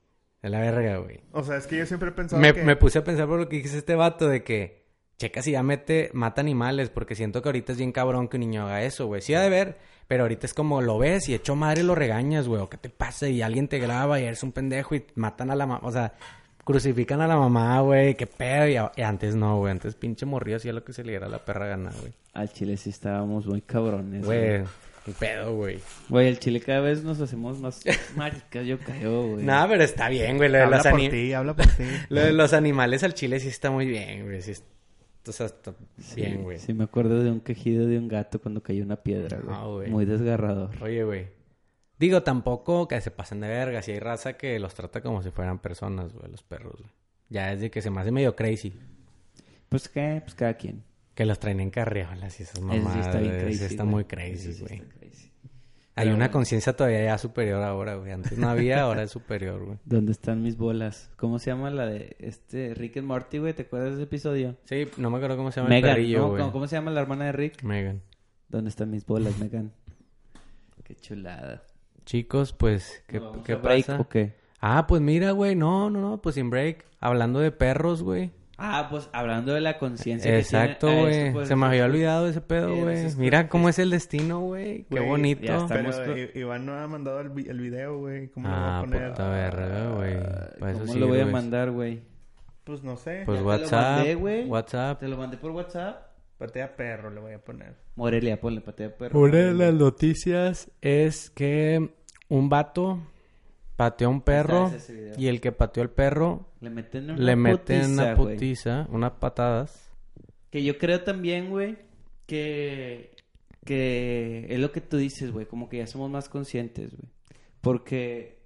Speaker 1: De la verga, güey.
Speaker 3: O sea, es que yo siempre he pensado
Speaker 1: Me,
Speaker 3: que...
Speaker 1: me puse a pensar por lo que dice este vato de que checa si ya mete, mata animales, porque siento que ahorita es bien cabrón que un niño haga eso, güey. Sí ha de ver, pero ahorita es como lo ves y hecho madre lo regañas, güey. O qué te pasa y alguien te graba y eres un pendejo y matan a la mamá, o sea, crucifican a la mamá, güey, qué pedo. Y, a- y antes no, güey, antes pinche morrió hacía lo que se le diera la perra gana, güey.
Speaker 2: Al chile sí estábamos muy cabrones, güey.
Speaker 1: Güey, qué pedo, güey.
Speaker 2: Güey, al chile cada vez nos hacemos más maricas, yo creo, güey.
Speaker 1: Nada, pero está bien, güey, lo de
Speaker 3: Habla
Speaker 1: las
Speaker 3: por
Speaker 1: ani-
Speaker 3: ti, habla por ti.
Speaker 1: Lo de los animales al chile sí está muy bien, güey. Sí es- O sea, está
Speaker 2: Sí,
Speaker 1: bien, güey.
Speaker 2: Sí, me acuerdo de un quejido de un gato cuando cayó una piedra, güey.
Speaker 1: Ah, güey.
Speaker 2: Muy desgarrador.
Speaker 1: Oye, güey. Digo, tampoco que se pasen de verga. Si hay raza que los trata como si fueran personas, güey, los perros, güey. Ya es de que se me hace medio crazy.
Speaker 2: Pues qué, pues cada quien.
Speaker 1: Que los traen en carriolas y esas
Speaker 2: Eso sí
Speaker 1: mamadas.
Speaker 2: está bien crazy.
Speaker 1: está
Speaker 2: güey.
Speaker 1: muy crazy,
Speaker 2: Eso sí
Speaker 1: güey.
Speaker 2: está crazy.
Speaker 1: Hay
Speaker 2: Pero
Speaker 1: una
Speaker 2: bueno.
Speaker 1: conciencia todavía ya superior ahora, güey. Antes no había, ahora es superior, güey.
Speaker 2: ¿Dónde están mis bolas? ¿Cómo se llama la de este Rick and Morty, güey? ¿Te acuerdas de ese episodio?
Speaker 1: Sí, no me acuerdo cómo se llama
Speaker 2: Megan,
Speaker 1: el perrillo,
Speaker 2: ¿no?
Speaker 1: güey.
Speaker 2: ¿Cómo, cómo se llama la hermana de Rick?
Speaker 1: Megan.
Speaker 2: ¿Dónde están mis bolas, Megan? Qué chulada.
Speaker 1: Chicos, pues, ¿qué,
Speaker 2: ¿Nos vamos
Speaker 1: qué
Speaker 2: a break
Speaker 1: pasa?
Speaker 2: o qué?
Speaker 1: Ah, pues mira, güey. No, no, no. Pues sin break. Hablando de perros, güey.
Speaker 2: Ah, pues hablando de la conciencia que
Speaker 1: Exacto,
Speaker 2: tiene- ah,
Speaker 1: güey.
Speaker 2: esto, pues,
Speaker 1: Se me había
Speaker 2: esto-
Speaker 1: olvidado ese pedo,
Speaker 2: Sí,
Speaker 1: güey.
Speaker 2: entonces,
Speaker 1: Mira
Speaker 2: pues,
Speaker 1: cómo es el destino, güey. Qué
Speaker 3: Güey,
Speaker 1: bonito.
Speaker 2: ya está.
Speaker 3: Pero
Speaker 2: Estamos-
Speaker 3: I- Iván no ha mandado el, vi- el video, güey. ¿Cómo lo va
Speaker 1: Ah,
Speaker 3: a poner?
Speaker 1: puta verga, güey. Pa' eso
Speaker 2: ¿Cómo
Speaker 1: sí,
Speaker 2: lo voy a
Speaker 1: güey.
Speaker 2: mandar, güey?
Speaker 3: Pues no sé.
Speaker 1: Pues
Speaker 2: Ya te lo
Speaker 1: WhatsApp.
Speaker 2: mandé, güey.
Speaker 1: WhatsApp.
Speaker 2: Te lo mandé por WhatsApp.
Speaker 3: Patea perro le voy a poner.
Speaker 2: Morelia, ponle patea perro.
Speaker 1: Una de las noticias es que un vato pateó a un perro
Speaker 2: Está ese video.
Speaker 1: y el que pateó al perro
Speaker 2: Le meten una
Speaker 1: le meten una
Speaker 2: putiza, güey.
Speaker 1: putiza, unas patadas.
Speaker 2: Que yo creo también, güey, que que es lo que tú dices, güey, como que ya somos más conscientes, güey. Porque...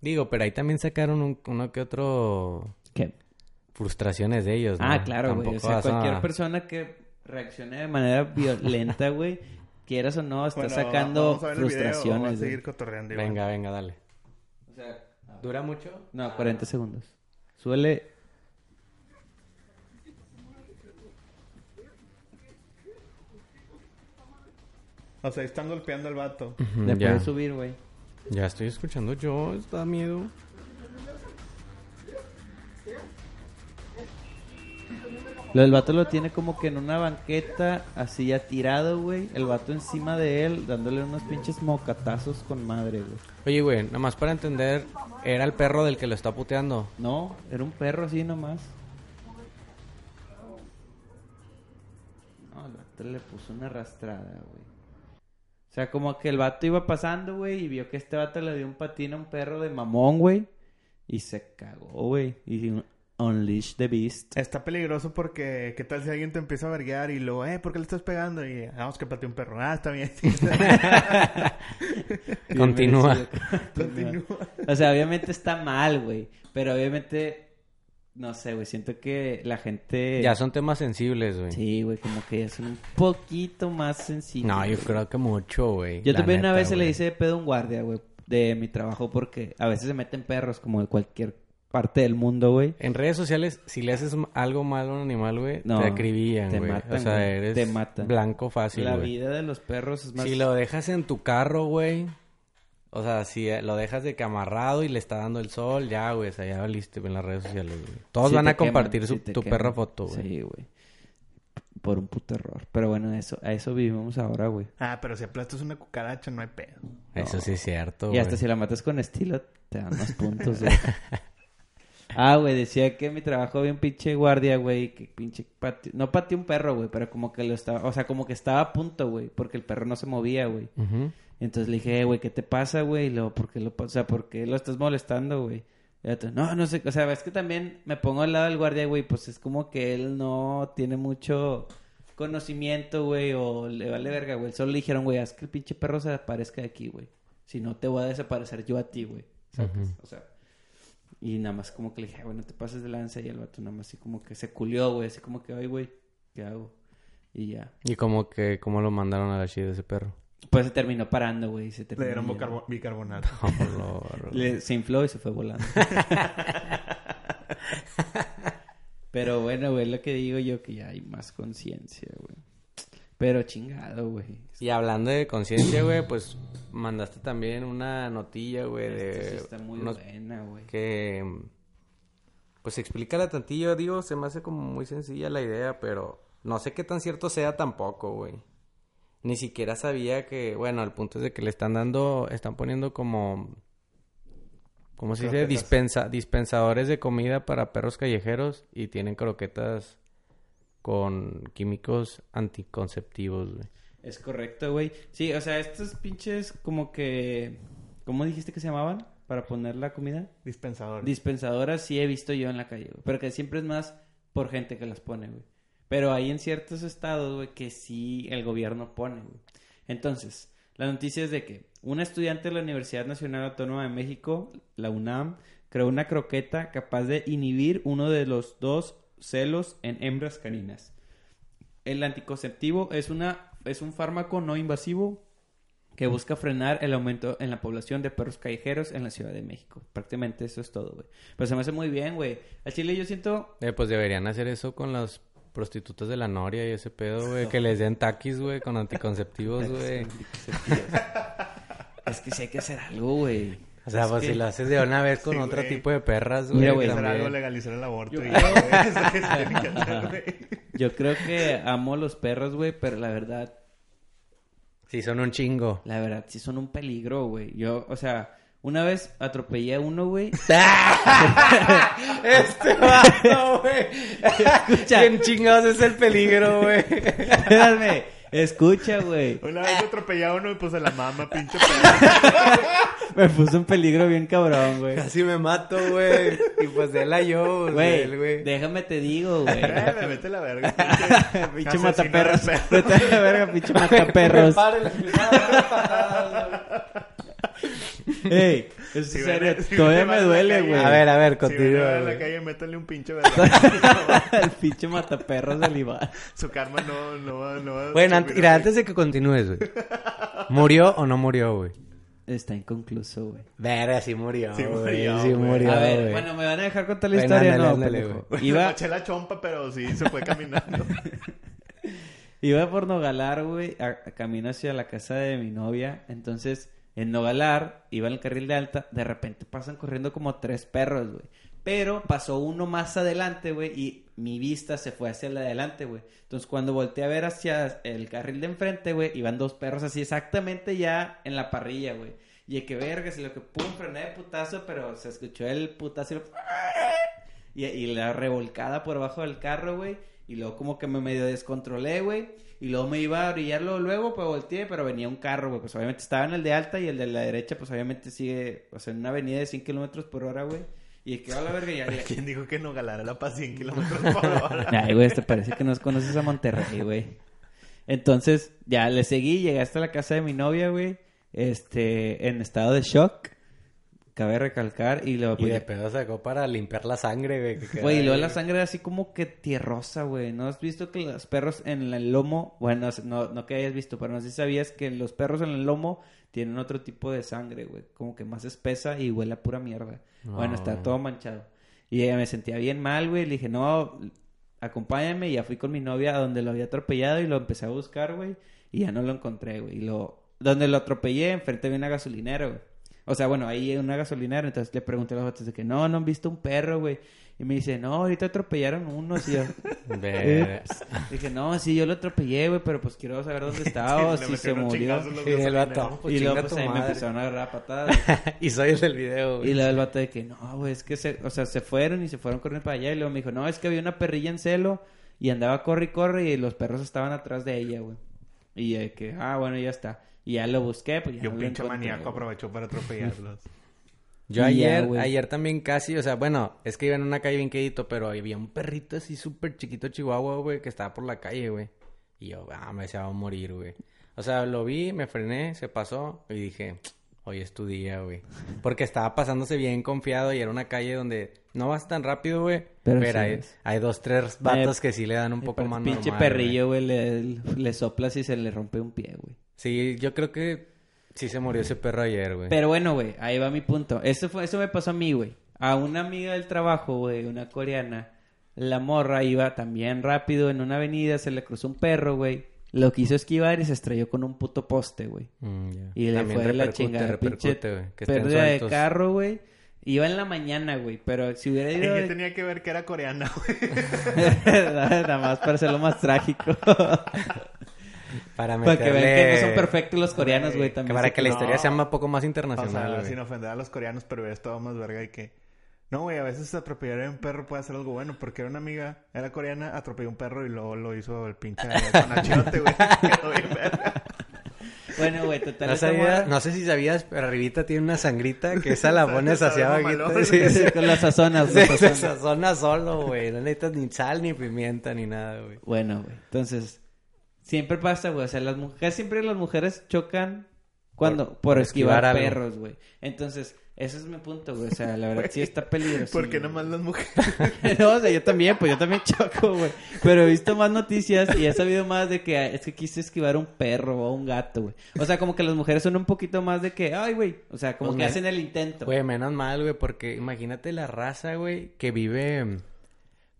Speaker 1: Digo, pero ahí también sacaron un- uno que otro
Speaker 2: ¿Qué?
Speaker 1: frustraciones de ellos, Pues ¿no?
Speaker 2: Ah, claro, güey. O
Speaker 1: Tampoco
Speaker 2: sea,
Speaker 1: vas a-
Speaker 2: cualquier persona que reaccione de manera violenta, güey, quieras o no, está
Speaker 3: Bueno,
Speaker 2: sacando
Speaker 3: vamos a ver el video, Vamos a
Speaker 2: frustraciones. güey.
Speaker 3: seguir cotorreando. igual.
Speaker 1: Venga, venga, dale.
Speaker 2: O sea,
Speaker 1: ¿Dura mucho?
Speaker 2: no, 40 segundos. Suele...
Speaker 3: O sea, están golpeando al vato.
Speaker 2: Le
Speaker 1: Mm, ya.
Speaker 2: puedes subir, güey.
Speaker 1: ya estoy escuchando yo, está miedo.
Speaker 2: Lo del vato lo tiene como que en una banqueta, así ya tirado, güey. El vato encima de él, dándole unos pinches mocatazos con madre, güey.
Speaker 1: Oye, güey, nada más para entender, era el perro del que lo está puteando.
Speaker 2: No, era un perro así nomás. No, el vato le puso una arrastrada, güey. O sea, como que el vato iba pasando, güey, y vio que este vato le dio un patín a un perro de mamón, güey. Y se cagó, güey. Y unleash the beast.
Speaker 3: Está peligroso porque, ¿qué tal si alguien te empieza a verguear y luego, eh, ¿por qué le estás pegando? Y, vamos, que pateé un perro. Ah, está bien.
Speaker 1: Continúa.
Speaker 3: Continúa.
Speaker 2: O sea, obviamente está mal, güey. Pero obviamente, no sé, güey. Siento que la gente.
Speaker 1: Ya son temas sensibles, güey.
Speaker 2: Sí, güey, como que ya son un poquito más sencillos.
Speaker 1: No, yo
Speaker 2: güey.
Speaker 1: creo que mucho, güey.
Speaker 2: Yo
Speaker 1: La
Speaker 2: también una
Speaker 1: neta,
Speaker 2: vez se le
Speaker 1: güey.
Speaker 2: hice de pedo a un guardia, güey, de mi trabajo, porque a veces se meten perros como de cualquier parte del mundo, güey.
Speaker 1: En redes sociales, si le haces m- algo malo a un animal, güey,
Speaker 2: No,
Speaker 1: te acribillan,
Speaker 2: te
Speaker 1: güey.
Speaker 2: matan,
Speaker 1: o sea,
Speaker 2: güey,
Speaker 1: eres
Speaker 2: te matan.
Speaker 1: blanco fácil,
Speaker 2: la
Speaker 1: Ah, güey.
Speaker 2: vida de los perros es más.
Speaker 1: Si lo dejas en tu carro, güey. O sea, si eh, lo dejas de que amarrado y le está dando el sol, ya, güey. O sea, ya valiste en las redes sociales, güey. Todos
Speaker 2: sí
Speaker 1: van
Speaker 2: te
Speaker 1: a compartir
Speaker 2: queman,
Speaker 1: su-
Speaker 2: sí te
Speaker 1: tu
Speaker 2: queman.
Speaker 1: perra foto, güey.
Speaker 2: Sí, güey. Por un puto error. Pero bueno, eso, a eso vivimos ahora, güey.
Speaker 3: ah, pero si aplastas una cucaracha, no hay pedo.
Speaker 1: Eso sí es cierto,
Speaker 2: Y
Speaker 1: güey.
Speaker 2: hasta si la matas con estilo, te dan más puntos, güey. Ah, güey, decía que en mi trabajo había un pinche guardia, güey, que pinche pati- No pateó un perro, güey, pero como que lo estaba... O sea, como que estaba a punto, güey, porque el perro no se movía, güey.
Speaker 1: Ujú.
Speaker 2: Entonces le dije, "Eh, güey, ¿qué te pasa, güey? Y luego, ¿por qué lo, pa- o sea, ¿por qué lo estás molestando, güey? Y el vato, no, no sé, o sea, es que también me pongo al lado del guardia, güey, pues es como que él no tiene mucho conocimiento, güey, o le vale verga, güey. Solo le dijeron, güey, haz que el pinche perro se desaparezca de aquí, güey. Si no, te voy a desaparecer yo a ti, güey. ¿Sabes? O sea, y nada más como que le dije, "Ay, güey, no te pases de lanza. Y el vato nada más así como que se culió, güey, así como que, ay, güey, ¿qué hago? Y ya.
Speaker 1: Y como que, ¿cómo lo mandaron a la chida ese perro?
Speaker 2: Pues se terminó parando, güey. y Se terminó
Speaker 3: Le dieron
Speaker 2: yendo.
Speaker 3: bocarbo- bicarbonato.
Speaker 1: Oh, Lord.
Speaker 2: Le- se infló y se fue volando. Pero bueno, güey, lo que digo yo que ya hay más conciencia, güey. Pero chingado, güey.
Speaker 1: Y hablando de conciencia, güey, pues mandaste también una notilla, güey, de
Speaker 2: Esta Este sí está muy
Speaker 1: unos-
Speaker 2: buena, güey.
Speaker 1: que pues explícala tantillo, digo, se me hace como muy sencilla la idea, pero no sé qué tan cierto sea tampoco, güey. Ni siquiera sabía que, bueno, el punto es de que le están dando, están poniendo como ¿cómo se dice?
Speaker 3: Croquetas.
Speaker 1: dispensa dispensadores de comida para perros callejeros y tienen croquetas con químicos anticonceptivos, güey.
Speaker 2: Es correcto, güey. Sí, o sea, estos pinches como que... ¿Cómo dijiste que se llamaban? Para poner la comida.
Speaker 3: Dispensador.
Speaker 2: Dispensadoras sí he visto yo en la calle, güey. Pero que siempre es más por gente que las pone, güey. Pero hay en ciertos estados, güey, que sí el gobierno pone, güey. Entonces, la noticia es de que un estudiante de la Universidad Nacional Autónoma de México, la UNAM, creó una croqueta capaz de inhibir uno de los dos celos en hembras caninas. El anticonceptivo es, una, es un fármaco no invasivo que busca frenar el aumento en la población de perros callejeros en la Ciudad de México. Prácticamente eso es todo, güey. Pero se me hace muy bien, güey. Al Chile yo siento...
Speaker 1: Eh, pues deberían hacer eso con las prostitutas de la Noria y ese pedo, güey. Que les den taquis, güey, con anticonceptivos, güey.
Speaker 2: Es que sí hay que hacer algo, güey.
Speaker 1: O sea, pues si lo haces de una vez con
Speaker 3: Sí,
Speaker 1: otro
Speaker 3: güey.
Speaker 1: tipo de perras, güey.
Speaker 2: Mira,
Speaker 3: Hay
Speaker 2: güey,
Speaker 3: que hacer
Speaker 1: también.
Speaker 3: algo, legalizar el aborto.
Speaker 2: Yo-
Speaker 3: y ya, güey, es lo que se tiene que hacer, güey.
Speaker 2: Yo creo que amo los perros, güey, pero la verdad
Speaker 1: Sí, son un chingo.
Speaker 2: La verdad, sí son un peligro, güey. Yo, o sea, una vez atropellé a uno, güey.
Speaker 1: Este vato, güey.
Speaker 2: Escucha,
Speaker 1: chingados es el peligro, güey?
Speaker 2: espérame. Escucha, güey.
Speaker 3: Una vez atropellé a uno y pues a la mamá, pinche pedo.
Speaker 2: Me puso en peligro bien cabrón, güey.
Speaker 1: Casi me mato, güey. Y pues de la yo, pues, él,
Speaker 2: Güey, déjame te digo, güey.
Speaker 3: Eh, me vete a la verga.
Speaker 2: Pinche
Speaker 3: Asesino de
Speaker 2: mataperros.
Speaker 3: perros.
Speaker 2: Vete a la verga, pinche mataperros.
Speaker 1: Preparen las patadas, güey.
Speaker 2: Ey, eso es
Speaker 3: Si ven-
Speaker 2: serio.
Speaker 3: si
Speaker 2: Todavía
Speaker 3: ven a
Speaker 2: me
Speaker 3: la
Speaker 2: duele,
Speaker 3: calle-
Speaker 2: güey.
Speaker 1: A ver, a ver,
Speaker 3: Si ven
Speaker 1: continúa.
Speaker 3: a la
Speaker 1: güey.
Speaker 3: calle, métale un pinche verga.
Speaker 2: El pinche mataperros del Iván.
Speaker 3: Su karma no, no, va- no va a
Speaker 1: Bueno, ant-
Speaker 3: servir
Speaker 1: mira,
Speaker 3: así.
Speaker 1: antes de que continúes, güey. ¿Murió o no murió, güey?
Speaker 2: Está inconcluso, güey.
Speaker 1: Verga, sí murió,
Speaker 3: Sí
Speaker 1: güey.
Speaker 3: murió,
Speaker 1: Sí
Speaker 3: güey.
Speaker 1: murió,
Speaker 2: A ver,
Speaker 1: güey.
Speaker 2: bueno, me van a dejar contar la
Speaker 1: Bueno,
Speaker 2: historia,
Speaker 1: ándale,
Speaker 2: no,
Speaker 1: ándale,
Speaker 2: pendejo.
Speaker 1: güey.
Speaker 2: Iba,
Speaker 3: Le eché la chompa, pero sí se fue caminando.
Speaker 2: Iba por Nogalar, güey, a, a camino hacia la casa de mi novia. Entonces, en Nogalar, iba en el carril de alta. De repente pasan corriendo como tres perros, güey. Pero pasó uno más adelante, güey, y mi vista se fue hacia el de adelante, güey. Entonces, cuando volteé a ver hacia el carril de enfrente, güey, iban dos perros así exactamente ya en la parrilla, güey. Y de que vergas, y lo que pum, frené de putazo, pero se escuchó el putazo y lo... Y, y la revolcada por abajo del carro, güey. Y luego como que me medio descontrolé, güey. Y luego me iba a brillarlo luego, pues volteé, pero venía un carro, güey. Pues obviamente estaba en el de alta y el de la derecha, pues obviamente sigue, o sea, en una avenida de 100 kilómetros por hora, güey. Y de que a la verga ya... ya-
Speaker 3: ¿Quién dijo que no galara la paz 100 kilómetros por hora?
Speaker 2: Ay, güey, te parece que nos conoces a Monterrey, güey. Entonces, ya le seguí, llegué hasta la casa de mi novia, güey. Este, en estado de shock. Cabe recalcar. Y luego,
Speaker 1: Y
Speaker 2: pues,
Speaker 1: de
Speaker 2: ya-
Speaker 1: pedo sacó para limpiar la sangre, güey. que
Speaker 2: Güey, y
Speaker 1: quedaba
Speaker 2: luego
Speaker 1: ahí.
Speaker 2: la sangre era así como que tierrosa, güey. ¿No has visto que los perros en el lomo... Bueno, no, no que hayas visto, pero no sé si sabías que los perros en el lomo tienen otro tipo de sangre, güey. Como que más espesa y huele a pura mierda. Bueno,
Speaker 1: No.
Speaker 2: está todo manchado. Y eh, me sentía bien mal, güey. Le dije, no, acompáñame. Y ya fui con mi novia a donde lo había atropellado y lo empecé a buscar, güey. Y ya no lo encontré, güey. Y lo... Donde lo atropellé, enfrente había una gasolinera, güey. O sea, bueno, ahí en una gasolinera. Entonces le pregunté a los vatos de que, no, no han visto un perro, güey. Y me dice, no, ahorita atropellaron uno. Y yo
Speaker 1: Verga.
Speaker 2: dije, no, sí, yo lo atropellé, güey, pero pues quiero saber dónde estaba o
Speaker 3: Le
Speaker 2: si se
Speaker 3: metieron un
Speaker 2: murió.
Speaker 3: chingazo en los
Speaker 1: Y el
Speaker 3: gasolineros.
Speaker 1: vato, pues,
Speaker 2: Y luego
Speaker 1: chinga
Speaker 2: pues
Speaker 1: tu
Speaker 2: ahí me
Speaker 1: madre.
Speaker 2: empezaron a agarrar a patadas. güey.
Speaker 1: Y soy el del video,
Speaker 2: Y
Speaker 1: güey.
Speaker 2: luego el vato de que, no, güey, es que se, o sea, se fueron y se fueron corriendo para allá. Y luego me dijo, no, es que había una perrilla en celo y andaba corre y corre y los perros estaban atrás de ella, güey. Y de que, ah, bueno, ya está. Y ya lo busqué, pues ya
Speaker 3: Y
Speaker 2: no
Speaker 3: un
Speaker 2: lo
Speaker 3: pinche
Speaker 2: encontré,
Speaker 3: maníaco
Speaker 2: güey.
Speaker 3: aprovechó para atropellarlos.
Speaker 1: Yo
Speaker 2: Y ya,
Speaker 1: ayer,
Speaker 2: güey.
Speaker 1: ayer también casi, o sea, bueno, es que iba en una calle bien quedito, pero había un perrito así súper chiquito chihuahua, güey, que estaba por la calle, güey. Y yo, ah, me se va a morir, güey. O sea, lo vi, me frené, se pasó y dije, hoy es tu día, güey. Porque estaba pasándose bien confiado y era una calle donde no vas tan rápido, güey.
Speaker 2: Pero
Speaker 1: Pero,
Speaker 2: sí
Speaker 1: hay,
Speaker 2: es. Eh,
Speaker 1: hay dos, tres vatos que sí le dan un poco más
Speaker 2: Pinche
Speaker 1: normal, güey.
Speaker 2: perrillo, güey, le, le soplas y se le rompe un pie, güey.
Speaker 1: Sí, yo creo que sí se murió ese perro ayer, güey.
Speaker 2: Pero bueno, güey, ahí va mi punto. Eso, fue, eso me pasó a mí, güey. A una amiga del trabajo, güey, una coreana, la morra iba también rápido en una avenida, se le cruzó un perro, güey. Lo quiso esquivar y se estrelló con un puto poste, güey.
Speaker 1: Mm, ya.
Speaker 2: Y le
Speaker 1: También
Speaker 2: fue de la
Speaker 1: repercute,
Speaker 2: chingada,
Speaker 1: repercute,
Speaker 2: pinche
Speaker 1: güey, que estén
Speaker 2: pérdida de
Speaker 1: sueltos.
Speaker 2: carro, güey. Iba en la mañana, güey, pero si hubiera
Speaker 3: ¿Y
Speaker 2: ido...
Speaker 3: qué tenía que ver que era coreana, güey?
Speaker 2: Nada más para hacerlo más trágico.
Speaker 1: Para,
Speaker 2: para que vean que no son
Speaker 1: meterle-
Speaker 2: perfectos los coreanos, güey,
Speaker 3: Que
Speaker 1: Que
Speaker 2: también.
Speaker 1: para
Speaker 2: se-
Speaker 1: que la
Speaker 3: No.
Speaker 1: historia sea un poco más
Speaker 3: O
Speaker 1: internacional,
Speaker 3: sea,
Speaker 1: güey.
Speaker 3: sin ofender a los coreanos, pero hubiera estado más verga y que... No, güey, a veces atropellar a un perro puede hacer algo bueno, porque era una amiga, era coreana, atropelló un perro y luego lo hizo el pinche conachote, güey. Quedó bien verga.
Speaker 2: Bueno, güey, total.
Speaker 1: No,
Speaker 2: esa
Speaker 1: sabía-
Speaker 2: morra-
Speaker 1: no sé si sabías, pero arribita tiene una sangrita que esa la
Speaker 3: Sabe-
Speaker 1: pones hacia
Speaker 3: sabe
Speaker 1: abajo.
Speaker 3: mamalón.
Speaker 1: Sí, sí.
Speaker 2: Con las sazonas,
Speaker 1: Se,
Speaker 2: las
Speaker 1: se
Speaker 2: sazonas.
Speaker 1: sazona solo, güey. No necesitas ni sal, ni pimienta, ni nada, güey.
Speaker 2: Bueno, güey. Entonces, siempre pasa, güey. O sea, las mujeres, siempre las mujeres chocan cuando, por,
Speaker 1: esquivar
Speaker 2: esquivar,
Speaker 1: algo.
Speaker 2: perros, güey. Entonces, ese es mi punto, güey. O sea, la verdad sí está peligroso.
Speaker 3: ¿Por qué nomás las mujeres?
Speaker 2: no, o sea, yo también, pues yo también choco, güey. Pero he visto más noticias y he sabido más de que ah, es que quise esquivar un perro o un gato, güey. O sea, como que las mujeres son un poquito más de que, ay, güey. O sea, como
Speaker 1: Pues
Speaker 2: que
Speaker 1: me-
Speaker 2: hacen el intento.
Speaker 1: Güey, menos mal, güey, porque imagínate la raza, güey, que vive mm,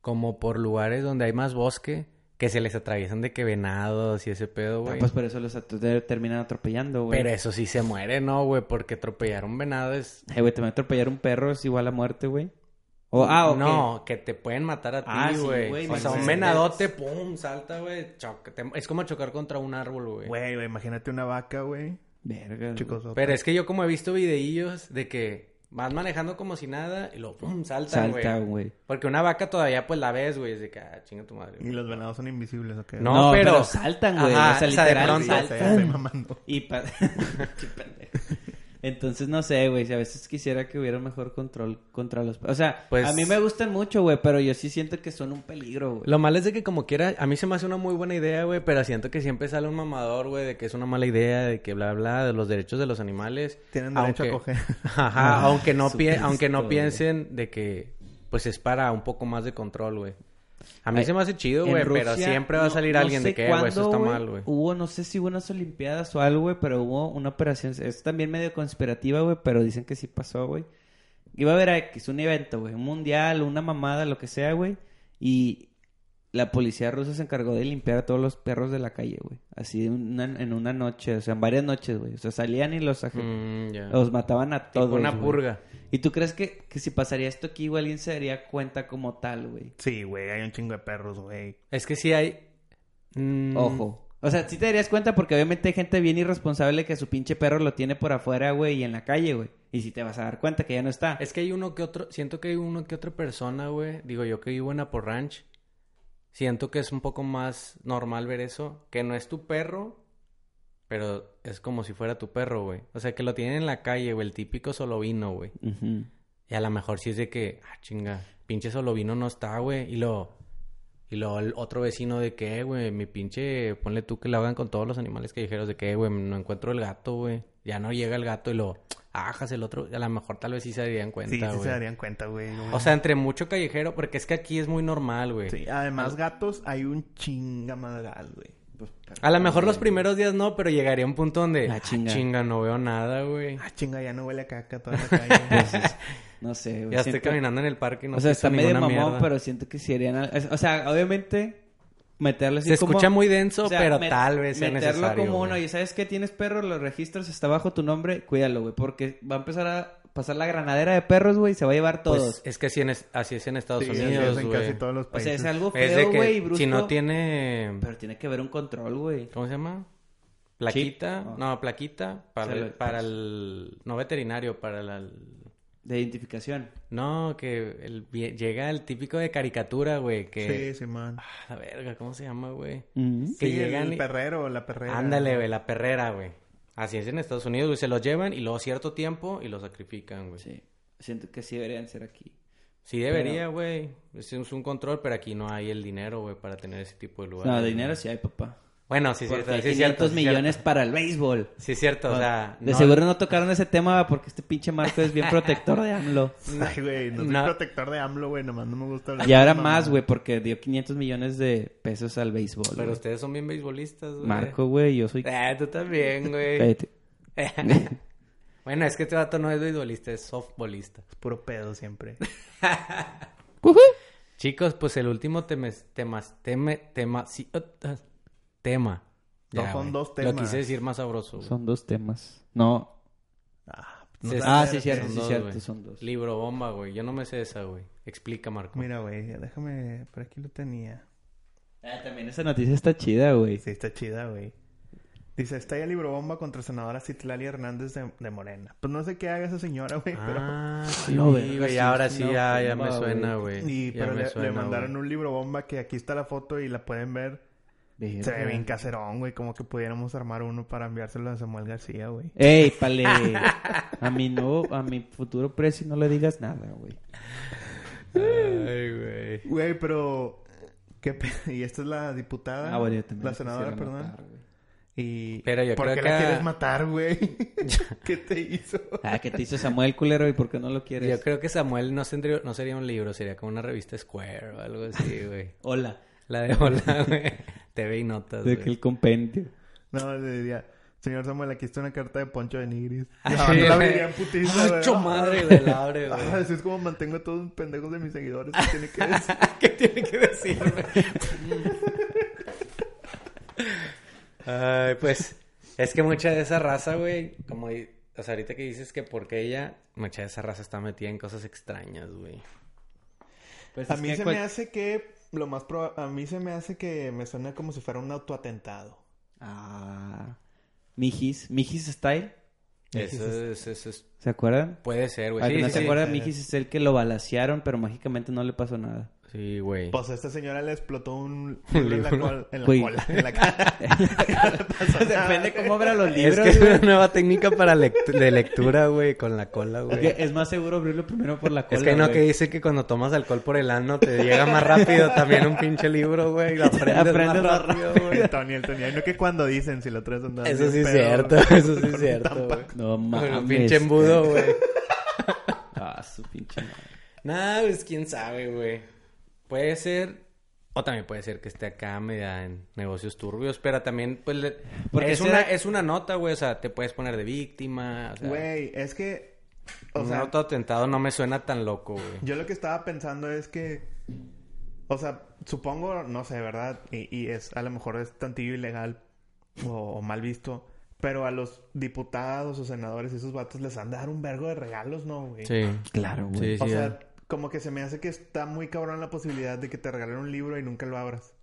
Speaker 1: como por lugares donde hay más bosque, que se les atraviesan de que venados y ese pedo,
Speaker 2: Ah,
Speaker 1: güey.
Speaker 2: Pues por eso los at- te- terminan atropellando, güey.
Speaker 1: Pero eso sí se muere, ¿no, güey? Porque atropellar un venado es...
Speaker 2: Ay, Eh, güey, te van a atropellar un perro, es igual a muerte, güey. O, ah, ok.
Speaker 1: No, que te pueden matar a
Speaker 2: Ah,
Speaker 1: ti,
Speaker 2: sí, güey,
Speaker 1: güey. o
Speaker 2: me
Speaker 1: sea, un
Speaker 2: acordé.
Speaker 1: venadote, pum, salta, güey. choca- te- Es como chocar contra un árbol, güey.
Speaker 3: Güey, güey, imagínate una vaca, güey.
Speaker 2: Verga. güey.
Speaker 3: Chicos,
Speaker 1: Pero es que yo como he visto videillos de que Vas manejando como si nada y luego pum, saltan, güey.
Speaker 2: Salta, güey.
Speaker 1: Porque una vaca todavía pues la ves, güey, es de que ah, chinga tu madre.
Speaker 3: Y los venados son invisibles, ¿ok?
Speaker 1: No, pero-
Speaker 2: saltan, güey.
Speaker 1: Ajá,
Speaker 2: o sea,
Speaker 1: o sea, de
Speaker 2: literal,
Speaker 1: pronto.
Speaker 3: Sí, ya sé, ya
Speaker 2: saltan.
Speaker 3: estoy mamando.
Speaker 2: Y pa- Qué pendejo. Entonces, no sé, güey. Si a veces quisiera que hubiera mejor control contra los... O sea,
Speaker 1: Pues-
Speaker 2: a mí me gustan mucho, güey. Pero yo sí siento que son un peligro, güey.
Speaker 1: Lo malo es de que como quiera, a mí se me hace una muy buena idea, güey, pero siento que siempre sale un mamador, güey, de que es una mala idea, de que bla, bla, de los derechos de los animales.
Speaker 3: Tienen derecho a coger.
Speaker 1: Ajá,
Speaker 2: Ah,
Speaker 1: aunque, no pie-
Speaker 2: Jesucristo,
Speaker 1: aunque no
Speaker 2: güey.
Speaker 1: piensen de que, pues, es para un poco más de control, güey. A mí
Speaker 2: Ay,
Speaker 1: se me hace chido,
Speaker 2: En
Speaker 1: güey, pero
Speaker 2: Rusia,
Speaker 1: siempre va a
Speaker 2: no-
Speaker 1: salir
Speaker 2: no
Speaker 1: alguien
Speaker 2: sé
Speaker 1: de que, "Eh, güey, eso
Speaker 2: cuándo,
Speaker 1: está mal, güey.
Speaker 2: Hubo, no sé si hubo unas Olimpiadas o algo, güey, pero hubo una operación. Es también medio conspirativa, güey, pero dicen que sí pasó, güey. Iba a haber a- que es un evento, güey, un mundial, una mamada, lo que sea, güey. Y la policía rusa se encargó de limpiar a todos los perros de la calle, güey. Así de una- en una noche, o sea, en varias noches, güey. O sea, salían y los, aje-
Speaker 1: Mm, ya.
Speaker 2: los mataban a
Speaker 1: Tipo
Speaker 2: todos.
Speaker 1: una
Speaker 2: güey.
Speaker 1: purga.
Speaker 2: ¿Y tú crees que, que si pasaría esto aquí, güey, alguien se daría cuenta como tal, güey?
Speaker 3: Sí, güey, hay un chingo de perros, güey.
Speaker 1: Es que sí hay... Mm,
Speaker 2: Ojo. O sea, sí te darías cuenta porque obviamente hay gente bien irresponsable que su pinche perro lo tiene por afuera, güey, y en la calle, güey. Y si te vas a dar cuenta que ya no está.
Speaker 1: Es que hay uno que otro, siento que hay uno que otra persona, güey. Digo, yo que vivo en Apo Ranch, siento que es un poco más normal ver eso, que no es tu perro, pero es como si fuera tu perro, güey. O sea, que lo tienen en la calle, güey, el típico solovino, güey.
Speaker 2: Ujú.
Speaker 1: Y a lo mejor sí es de que, ah, chinga, pinche solovino no está, güey. Y lo, y lo el otro vecino de que, "Eh, güey, mi pinche, ponle tú que lo hagan con todos los animales callejeros de que, "Eh, güey, no encuentro el gato, güey. Ya no llega el gato y lo, "Ah, ajas el otro. A lo mejor tal vez sí se darían cuenta,
Speaker 3: Sí, sí
Speaker 1: güey.
Speaker 3: se darían cuenta, güey. güey.
Speaker 1: O sea, entre mucho callejero, porque es que aquí es muy normal, güey.
Speaker 3: Sí, además gatos hay un chingamadral, güey. Pues, perros.
Speaker 1: A lo mejor los primeros días no, pero llegaría un punto donde,
Speaker 2: Ah,
Speaker 1: ah, chinga.
Speaker 2: chinga.
Speaker 1: no veo nada, güey.
Speaker 3: Ah, chinga, ya no huele a caca toda la calle.
Speaker 2: Entonces, no sé, güey.
Speaker 1: Ya estoy
Speaker 2: Siento-
Speaker 1: caminando en el parque y no
Speaker 2: o sea,
Speaker 1: piso
Speaker 2: está medio
Speaker 1: ninguna
Speaker 2: mamón,
Speaker 1: mierda.
Speaker 2: pero siento que si harían... al- O sea, obviamente, meterlo así
Speaker 1: Se
Speaker 2: como-
Speaker 1: escucha muy denso,
Speaker 2: o sea,
Speaker 1: pero
Speaker 2: met-
Speaker 1: tal vez sea
Speaker 2: Meterlo
Speaker 1: necesario.
Speaker 2: como uno,
Speaker 1: güey.
Speaker 2: y ¿sabes qué? Tienes perros, los registros, está bajo tu nombre, cuídalo, güey. Porque va a empezar a pasar la granadera de perros, güey, y se va a llevar
Speaker 1: Pues,
Speaker 2: todos.
Speaker 1: es que así, en es- así es en Estados
Speaker 3: Sí, así es
Speaker 1: Unidos,
Speaker 3: en
Speaker 1: güey.
Speaker 3: casi todos los
Speaker 2: o sea,
Speaker 3: países.
Speaker 2: es algo
Speaker 1: pues, Es de
Speaker 2: feo,
Speaker 1: que
Speaker 2: güey, y brusco.
Speaker 1: si no tiene...
Speaker 2: Pero tiene que haber un control, güey.
Speaker 1: ¿Cómo se llama? Plaquita.
Speaker 2: Ah.
Speaker 1: No, plaquita para,
Speaker 2: O sea,
Speaker 1: el,
Speaker 2: lo-
Speaker 1: para el... No veterinario, para el...
Speaker 2: De identificación.
Speaker 1: No, que el- llega el típico de caricatura, güey, que...
Speaker 3: Sí, sí, man.
Speaker 1: La verga, ¿cómo se llama, güey?
Speaker 3: Que
Speaker 1: Que
Speaker 3: sí,
Speaker 1: llegan
Speaker 3: el
Speaker 1: y-
Speaker 3: perrero, la perrera.
Speaker 1: Ándale, güey, la perrera, güey. Así es en Estados Unidos, güey. Se los llevan y luego cierto tiempo y lo sacrifican, güey. Sí,
Speaker 2: Sí. Siento que sí deberían ser aquí.
Speaker 1: debería, güey. Es un- es un control, pero aquí no hay el dinero, güey, para tener ese tipo de lugares.
Speaker 2: No,
Speaker 1: güey.
Speaker 2: dinero sí hay, papá.
Speaker 1: Bueno, sí, sí,
Speaker 2: Porque
Speaker 1: sí,
Speaker 2: hay
Speaker 1: sí,
Speaker 2: 500
Speaker 1: es cierto. sí, cierto.
Speaker 2: millones para el béisbol.
Speaker 1: Sí, es cierto, o sea...
Speaker 2: de
Speaker 1: no-
Speaker 2: seguro no tocaron ese tema porque este pinche Marco es bien protector de AMLO.
Speaker 3: Ay, güey, no soy
Speaker 1: No.
Speaker 3: protector de AMLO, güey, nomás no me gusta hablar
Speaker 2: Y ahora
Speaker 3: de
Speaker 2: más,
Speaker 3: mamá.
Speaker 2: güey, porque dio 500 millones de pesos al béisbol.
Speaker 1: Pero
Speaker 2: güey.
Speaker 1: ustedes son bien beisbolistas, güey.
Speaker 2: Marco, güey, yo soy...
Speaker 1: Eh, tú también, güey.
Speaker 2: Cállate.
Speaker 1: bueno, es que este vato no es beisbolista, es softbolista.
Speaker 3: Es puro pedo siempre.
Speaker 1: Chicos, pues el último temes- temas, teme, tema, sí, uh, uh, tema.
Speaker 3: No, son
Speaker 1: güey.
Speaker 3: dos
Speaker 1: Lo
Speaker 3: temas.
Speaker 1: quise decir más sabroso. güey.
Speaker 2: Son dos temas. No.
Speaker 3: Ah,
Speaker 1: Sí,
Speaker 3: sabes,
Speaker 2: Ah, sí,
Speaker 3: espérate.
Speaker 2: cierto, sí,
Speaker 1: dos,
Speaker 2: cierto,
Speaker 1: güey.
Speaker 2: son dos.
Speaker 1: Libro bomba, güey. Yo no me sé esa, güey. Explica, Marco.
Speaker 3: Mira, güey, déjame, por aquí lo tenía.
Speaker 2: Ah, también esa noticia está chida, güey.
Speaker 3: Sí, está chida, güey. Dice, estalla librobomba contra senadora Citlali Hernández de, de Morena. Pues no sé qué haga esa señora, güey, pero...
Speaker 1: Ah, sí,
Speaker 2: No, verga,
Speaker 1: güey.
Speaker 2: sí,
Speaker 1: ahora
Speaker 2: sí,
Speaker 1: sí,
Speaker 2: no,
Speaker 1: ya, ya me
Speaker 2: bomba,
Speaker 1: suena, güey.
Speaker 3: Y,
Speaker 1: Ya
Speaker 3: pero
Speaker 1: me
Speaker 3: le,
Speaker 1: suena,
Speaker 3: le mandaron
Speaker 1: güey.
Speaker 3: un librobomba que aquí está la foto y la pueden ver. Se ve bien caserón, güey, como que pudiéramos armar uno para enviárselo a Samuel García, güey.
Speaker 2: Ey, pale. A mi no, a mi futuro precio no le digas nada, güey.
Speaker 1: Ay, güey.
Speaker 3: Güey, pero... ¿Qué pe- Y esta es la diputada.
Speaker 2: Ah, bueno, yo también
Speaker 3: La
Speaker 2: lo
Speaker 3: senadora,
Speaker 2: quisiera
Speaker 3: perdón.
Speaker 2: matar, güey.
Speaker 3: Y...
Speaker 1: Pero yo
Speaker 3: ¿Por
Speaker 1: creo
Speaker 3: qué
Speaker 1: que-
Speaker 3: la quieres matar, güey? ¿Qué te hizo?
Speaker 2: Ah, que te hizo Samuel culero y por qué no lo quieres.
Speaker 1: Yo creo que Samuel no, tendría- no sería un libro, sería como una revista Square o algo así, güey.
Speaker 2: Hola.
Speaker 1: La de Hola, güey. TV y notas,
Speaker 2: De que
Speaker 1: güey.
Speaker 2: el compendio.
Speaker 3: No, le diría, señor Samuel, aquí está una carta de Poncho de Nigris.
Speaker 1: Ay,
Speaker 3: No, no la
Speaker 1: güey.
Speaker 3: abriría en putiza,
Speaker 1: Ay,
Speaker 3: güey.
Speaker 1: cho madre, güey, la abre, güey.
Speaker 3: Ah, Así es como mantengo a todos los pendejos de mis seguidores. ¿Qué tiene que decir?
Speaker 1: ¿Qué tiene que decir, güey? Ay, pues, es que mucha de esa raza, güey, como, di- o sea, ahorita que dices que porque ella, mucha de esa raza está metida en cosas extrañas, güey.
Speaker 2: Pues
Speaker 3: A
Speaker 2: es
Speaker 3: mí
Speaker 2: que
Speaker 3: se
Speaker 2: cual-
Speaker 3: me hace que, lo más proba- a mí se me hace que me suena como si fuera un autoatentado.
Speaker 2: Ah. Mijis. Mijis style.
Speaker 1: Eso es, eso es-
Speaker 2: ¿Se acuerdan?
Speaker 1: Puede ser, güey.
Speaker 2: Ah, que
Speaker 1: Pues Sí,
Speaker 2: no
Speaker 1: sí,
Speaker 2: se
Speaker 1: sí.
Speaker 2: acuerdan,
Speaker 3: sí.
Speaker 2: Mijis es el que lo balacearon, pero mágicamente no le pasó nada.
Speaker 1: Sí, güey.
Speaker 3: Pues a esta señora le explotó un libro en la
Speaker 1: libro.
Speaker 3: cola. En la
Speaker 2: Güey.
Speaker 3: cola. En la cara.
Speaker 2: Pues Depende
Speaker 1: Ah.
Speaker 2: cómo abran los
Speaker 1: Es
Speaker 2: libros.
Speaker 1: que es
Speaker 2: güey.
Speaker 1: una nueva técnica para lect- de lectura, güey, con la cola,
Speaker 2: Es
Speaker 1: güey.
Speaker 2: que es más seguro abrirlo primero por la cola.
Speaker 1: Es que hay no,
Speaker 2: güey.
Speaker 1: que dice que cuando tomas alcohol por el ano te llega más rápido también un pinche libro, güey. y Lo aprendes,
Speaker 2: Aprendes
Speaker 1: más
Speaker 2: más
Speaker 1: rápido, güey.
Speaker 3: El Tony, el Tony. Ay, No que cuando dicen, si lo traes andando.
Speaker 1: Eso sí
Speaker 3: bien
Speaker 1: es
Speaker 3: pedo,
Speaker 1: cierto,
Speaker 3: con-
Speaker 1: eso sí
Speaker 3: con
Speaker 1: es
Speaker 3: un
Speaker 1: cierto,
Speaker 3: tampaco.
Speaker 1: güey.
Speaker 2: No
Speaker 1: Con
Speaker 2: mames.
Speaker 1: un pinche embudo, güey.
Speaker 2: Ah, su pinche madre.
Speaker 1: Nah, pues quién sabe, güey. Puede ser... O también puede ser que esté acá media en negocios turbios, pero también, pues, le-
Speaker 2: Porque
Speaker 1: es,
Speaker 2: ese
Speaker 1: una,
Speaker 2: era-
Speaker 1: es una nota, güey, o sea, te puedes poner de víctima, o sea,
Speaker 3: Güey, es que. O
Speaker 1: un
Speaker 3: sea,
Speaker 1: autoatentado no me suena tan loco, güey.
Speaker 3: yo lo que estaba pensando es que. O sea, supongo, no sé, ¿verdad? Y, y es, a lo mejor es tantillo ilegal o, o mal visto. Pero a los diputados o senadores y esos vatos les han de dar un vergo de regalos, ¿no, güey?
Speaker 1: Sí.
Speaker 2: Claro, güey.
Speaker 1: Sí,
Speaker 3: O
Speaker 1: sí.
Speaker 3: sea,
Speaker 1: eh.
Speaker 3: como que se me hace que está muy cabrón la posibilidad de que te regalen un libro y nunca lo abras.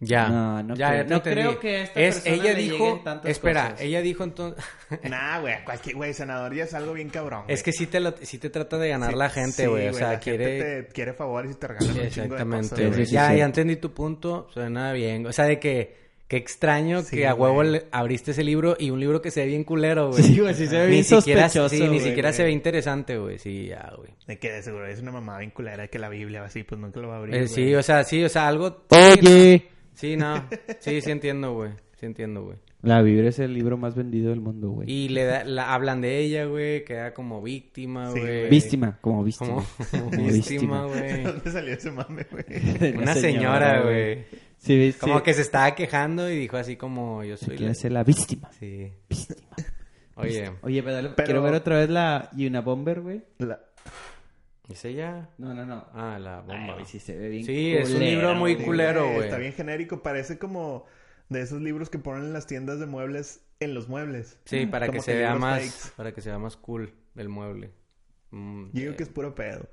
Speaker 1: Ya.
Speaker 2: No, no
Speaker 1: ya,
Speaker 2: creo.
Speaker 1: ya
Speaker 2: No
Speaker 1: te entendí.
Speaker 2: creo que a esta persona
Speaker 1: ella
Speaker 2: le
Speaker 1: dijo,
Speaker 2: lleguen tantas
Speaker 1: espera,
Speaker 2: cosas.
Speaker 1: ella dijo entonces,
Speaker 3: nah, güey, cualquier güey, senador ya es algo bien cabrón.
Speaker 1: es que sí te lo- sí te trata de ganar
Speaker 3: Sí,
Speaker 1: la gente,
Speaker 3: sí,
Speaker 1: güey, o sea,
Speaker 3: la gente
Speaker 1: quiere
Speaker 3: te quiere favores y te regalan un chingo de cosas,
Speaker 1: exactamente.
Speaker 2: Sí,
Speaker 1: güey.
Speaker 2: sí, sí,
Speaker 1: ya,
Speaker 2: sí.
Speaker 1: ya entendí tu punto, suena bien, o sea, de que qué extraño
Speaker 3: Sí,
Speaker 1: que a huevo
Speaker 3: güey.
Speaker 1: le- abriste ese libro y un libro que se ve bien culero, güey.
Speaker 2: Sí, güey, sí se ve
Speaker 1: Ni
Speaker 2: bien
Speaker 1: siquiera-
Speaker 2: sospechoso,
Speaker 1: Sí, ni
Speaker 2: güey.
Speaker 1: siquiera
Speaker 3: güey.
Speaker 1: se ve interesante, güey. Sí, ya, güey.
Speaker 3: De que de seguro es una mamada vinculada que la Biblia o así, pues nunca lo va a abrir.
Speaker 1: Eh,
Speaker 3: güey.
Speaker 1: sí, o sea, sí, o sea, algo
Speaker 2: Oye.
Speaker 1: Sí, no. Sí, sí entiendo, güey. Sí entiendo, güey.
Speaker 2: La Biblia es el libro más vendido del mundo, güey.
Speaker 1: Y le da- la- hablan de ella, güey, queda como víctima,
Speaker 3: Sí,
Speaker 1: güey.
Speaker 2: Víctima, como víctima.
Speaker 1: Como, como
Speaker 2: Como
Speaker 1: víctima,
Speaker 3: ¿De
Speaker 1: güey.
Speaker 3: dónde salió ese mame, güey?
Speaker 2: De la
Speaker 1: Una señora, güey.
Speaker 2: Sí, ves, sí.
Speaker 1: Como que se estaba quejando y dijo así como yo soy
Speaker 2: Quiere
Speaker 1: la...
Speaker 2: ser la víctima.
Speaker 1: Sí.
Speaker 2: Víctima.
Speaker 1: Oye,
Speaker 2: Oye, pero, dale-
Speaker 3: Pero-
Speaker 2: quiero ver otra vez la Una Bomber, güey.
Speaker 3: La-
Speaker 1: ¿es ella?
Speaker 2: No, no, no.
Speaker 1: Ah, la
Speaker 2: Ay,
Speaker 1: bomba.
Speaker 2: güey, sí se ve bien
Speaker 1: Sí, es un
Speaker 2: culero,
Speaker 1: libro muy
Speaker 2: güey.
Speaker 1: culero. güey.
Speaker 3: Está bien genérico, parece como de esos libros que ponen en las tiendas de muebles en los muebles.
Speaker 1: Sí, para
Speaker 3: Como
Speaker 1: que se vea
Speaker 3: libros
Speaker 1: más
Speaker 3: fakes.
Speaker 1: para que se vea más cool el mueble. Mm,
Speaker 3: Yo digo
Speaker 1: eh,
Speaker 3: que es puro pedo.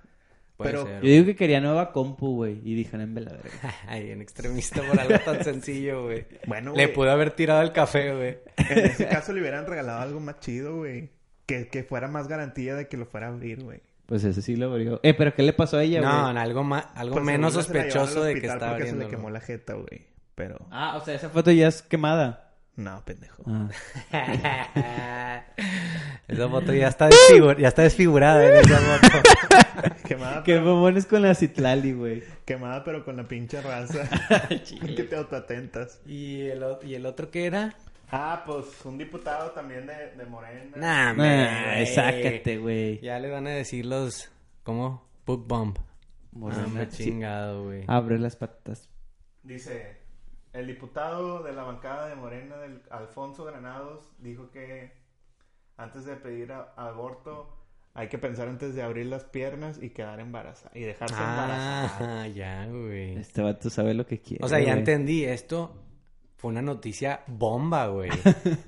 Speaker 1: puede
Speaker 3: pero-
Speaker 1: ser,
Speaker 2: Yo digo que quería nueva compu, güey. Y dijeron en vela verga.
Speaker 1: güey. Ay, en extremista por algo tan sencillo, güey.
Speaker 3: Bueno,
Speaker 1: Le
Speaker 3: güey.
Speaker 1: pudo haber tirado el café, güey.
Speaker 3: En ese caso le hubieran regalado algo más chido, güey. Que, que fuera más garantía de que lo fuera a abrir, güey.
Speaker 2: Pues ese sí lo abrió. Eh, pero ¿qué le pasó a ella, güey?
Speaker 1: No, no, algo más, algo
Speaker 3: Pues,
Speaker 1: menos
Speaker 3: según yo, se la llevaron
Speaker 1: sospechoso
Speaker 3: al
Speaker 1: de que
Speaker 3: hospital
Speaker 1: estaba
Speaker 3: porque
Speaker 1: abriendo.
Speaker 3: se le quemó la jeta, güey. Pero...
Speaker 2: Ah, o sea, esa foto ya es quemada.
Speaker 3: No, pendejo.
Speaker 2: Ah.
Speaker 1: Esa foto ya está, desfigu- Ah, ya está desfigurada ¿eh? en esa foto.
Speaker 3: Quemada,
Speaker 2: Qué mamones con la Citlali, güey.
Speaker 3: quemada, pero con la pinche raza. que te autoatentas.
Speaker 1: ¿Y el, o- ¿Y el otro qué era?
Speaker 3: Ah, pues un diputado también de, de Morena.
Speaker 1: Nah,
Speaker 2: Nah,
Speaker 1: hombre,
Speaker 2: Eh, Ah, sácate, güey.
Speaker 1: Ya le van a decir los... ¿Cómo? Book bump.
Speaker 2: Morena,
Speaker 1: Ah, me
Speaker 2: sí.
Speaker 1: chingado, güey.
Speaker 2: Abre las patas.
Speaker 3: Dice, el diputado de la bancada de Morena, del Alfonso Granados, dijo que antes de pedir a- aborto hay que pensar antes de abrir las piernas y quedar embarazada. Y dejarse embarazada.
Speaker 1: Ah, ya, güey.
Speaker 2: Este vato sabe lo que quiere.
Speaker 1: O sea, ya
Speaker 2: güey.
Speaker 1: entendí. Esto fue una noticia bomba, güey.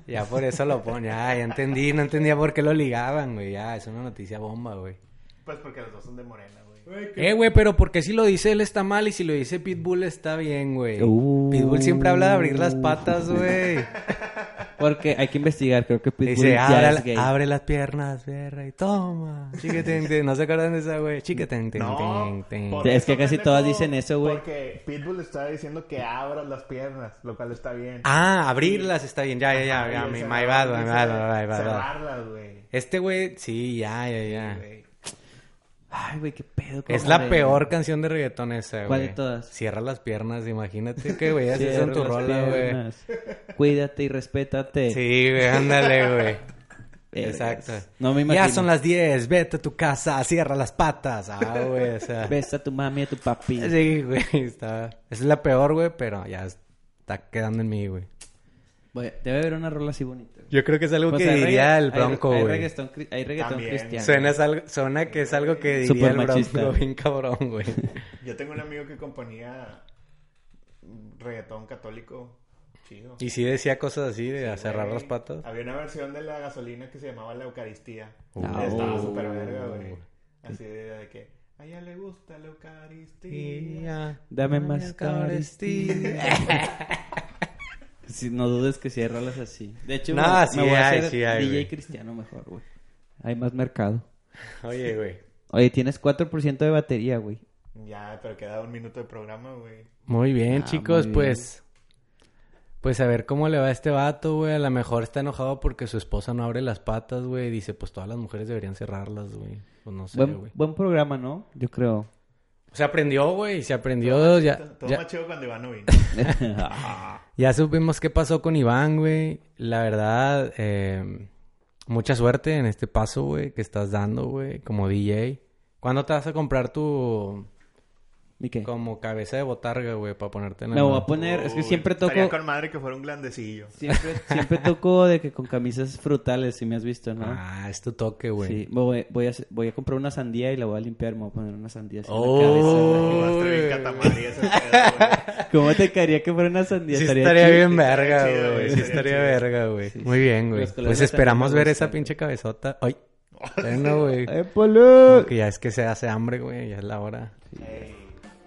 Speaker 1: Ya por eso lo pone. Ah, ya entendí. No entendía por qué lo ligaban, güey. Ya, es una noticia bomba, güey.
Speaker 3: Pues porque los dos son de Morena, güey.
Speaker 1: Eh, güey, pero porque si lo dice él está mal y si lo dice Pitbull está bien, güey?
Speaker 2: Uh.
Speaker 1: Pitbull siempre habla de abrir las patas, güey.
Speaker 2: Porque hay que investigar, creo que Pitbull
Speaker 1: Dice,
Speaker 2: ya
Speaker 1: abre,
Speaker 2: es gay.
Speaker 1: la- abre las piernas, perra, y toma. Chiquetente, ¿no se acuerdan de esa, güey? Chiquetente, ten, ten.
Speaker 3: por
Speaker 2: Es
Speaker 3: eso,
Speaker 2: que casi
Speaker 3: pendejo,
Speaker 2: todas dicen eso, güey.
Speaker 3: Porque Pitbull está diciendo que abras las piernas, lo cual está bien.
Speaker 1: Ah, abrirlas está bien, ya, ya, ya,
Speaker 3: Y
Speaker 1: ya,
Speaker 3: el
Speaker 1: mi- my
Speaker 3: senador
Speaker 1: bad, my
Speaker 3: dice
Speaker 1: bad, my bad, Ah. my bad.
Speaker 3: Cerrarlas, güey.
Speaker 1: Este güey, sí, ya, ya, ya.
Speaker 3: Güey.
Speaker 2: Ay, güey, qué pedo.
Speaker 1: Es
Speaker 2: cómo
Speaker 1: la
Speaker 2: de-
Speaker 1: peor canción de reggaetón esa, güey.
Speaker 2: ¿Cuál de todas?
Speaker 1: Cierra las piernas, imagínate que, güey, haces
Speaker 2: Cierra
Speaker 1: en tu
Speaker 2: las
Speaker 1: rola, güey.
Speaker 2: piernas. Cuídate y respétate.
Speaker 1: Sí, güey, ándale, güey.
Speaker 2: Vergas.
Speaker 1: Exacto.
Speaker 2: No me imagino.
Speaker 1: Ya son las 10, vete a tu casa, cierra las patas. Ah, güey, o sea.
Speaker 2: Besa a tu mami y a tu papi.
Speaker 1: Sí, güey, está. Esa es la peor, güey, pero ya está quedando en mí, güey.
Speaker 2: Güey, debe haber una rola así bonita.
Speaker 1: Yo creo que es algo
Speaker 2: O
Speaker 1: que
Speaker 2: sea, hay
Speaker 1: diría
Speaker 2: regga-
Speaker 1: el Bronco,
Speaker 2: hay, hay
Speaker 1: güey.
Speaker 2: reggaetón, cri- hay reggaetón
Speaker 3: También.
Speaker 2: cristiano.
Speaker 1: Suena, es algo- suena que es algo que diría
Speaker 2: Súper
Speaker 1: el
Speaker 2: machista.
Speaker 1: Bronco, bien cabrón, güey.
Speaker 3: Yo tengo un amigo que componía reggaetón católico chido.
Speaker 1: Y sí decía cosas así de a cerrar
Speaker 3: Güey,
Speaker 1: las patas.
Speaker 3: Había una versión de la gasolina que se llamaba La Eucaristía.
Speaker 1: Uh.
Speaker 3: Estaba
Speaker 2: Oh.
Speaker 3: súper verga, güey. Así de, de que a ella le gusta la Eucaristía.
Speaker 2: Dame más
Speaker 1: Eucaristía.
Speaker 2: Si, no dudes que si hay rolas así. De hecho,
Speaker 1: No,
Speaker 2: me,
Speaker 1: sí
Speaker 2: me voy a
Speaker 1: hay,
Speaker 2: hacer
Speaker 1: sí hay,
Speaker 2: DJ
Speaker 1: güey.
Speaker 2: cristiano mejor, güey. Hay más mercado.
Speaker 1: Oye, güey.
Speaker 2: Oye, tienes 4% de batería, güey.
Speaker 3: Ya, pero queda un minuto de programa, güey.
Speaker 1: Muy bien,
Speaker 2: Ah,
Speaker 1: chicos,
Speaker 2: muy bien.
Speaker 1: pues. Pues a ver cómo le va a este vato, güey. A lo mejor está enojado porque su esposa no abre las patas, güey. Dice, pues todas las mujeres deberían cerrarlas, güey. Pues no sé,
Speaker 2: Buen,
Speaker 1: güey.
Speaker 2: buen programa, ¿no? Yo creo.
Speaker 1: Se aprendió, güey. Se aprendió. ya,
Speaker 3: Todo
Speaker 1: ya-
Speaker 3: más chido cuando Iván no vino.
Speaker 1: ya supimos qué pasó con Iván, güey. La verdad, eh, mucha suerte en este paso, güey, que estás dando, güey, como DJ. ¿Cuándo te vas a comprar tu
Speaker 2: ¿Y qué?
Speaker 1: como cabeza de botarga, güey, para ponerte en la
Speaker 2: Me voy
Speaker 1: mano?
Speaker 2: a poner... es que
Speaker 3: Uy,
Speaker 2: siempre toco...
Speaker 3: Estaría con madre que fuera un glandecillo.
Speaker 2: Siempre, siempre toco de que con camisas frutales, si me has visto, ¿no?
Speaker 1: Ah, es tu toque, güey.
Speaker 2: Sí, voy, voy a, hacer- voy a comprar una sandía y la voy a limpiar, me voy a poner una sandía así en la
Speaker 1: Oh.
Speaker 2: cabeza,
Speaker 3: Oh, va a estar bien
Speaker 1: Uy.
Speaker 3: catamari ese pedo,
Speaker 1: Pues,
Speaker 3: güey.
Speaker 2: güey. ¿Cómo te caería que fuera una sandía?
Speaker 1: Sí estaría
Speaker 2: chido.
Speaker 1: bien verga,
Speaker 3: estaría
Speaker 1: güey.
Speaker 3: chido, güey,
Speaker 1: Sí
Speaker 3: estaría
Speaker 1: estaría
Speaker 3: chido.
Speaker 1: verga, güey.
Speaker 2: Sí,
Speaker 1: Muy
Speaker 2: sí.
Speaker 1: bien, güey.
Speaker 2: Los colores
Speaker 1: Pues
Speaker 2: también
Speaker 1: esperamos
Speaker 2: me
Speaker 1: ver
Speaker 2: gustan,
Speaker 1: esa pinche cabezota. Ay, bueno, güey.
Speaker 2: ¡Eh, Polo!
Speaker 1: Que ya es que se hace hambre, güey. Ya es la hora.
Speaker 3: Ey.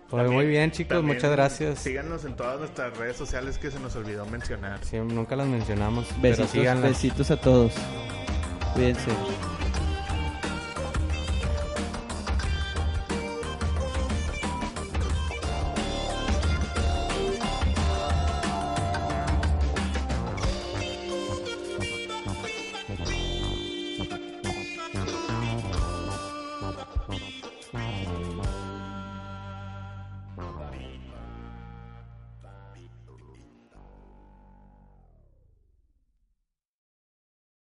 Speaker 1: Pues muy bien, chicos.
Speaker 3: También
Speaker 1: muchas gracias.
Speaker 3: Síganos en todas nuestras redes sociales que se nos olvidó mencionar.
Speaker 1: Sí, nunca las mencionamos. pero
Speaker 2: Besitos,
Speaker 1: síganlas.
Speaker 2: besitos a todos. Cuídense.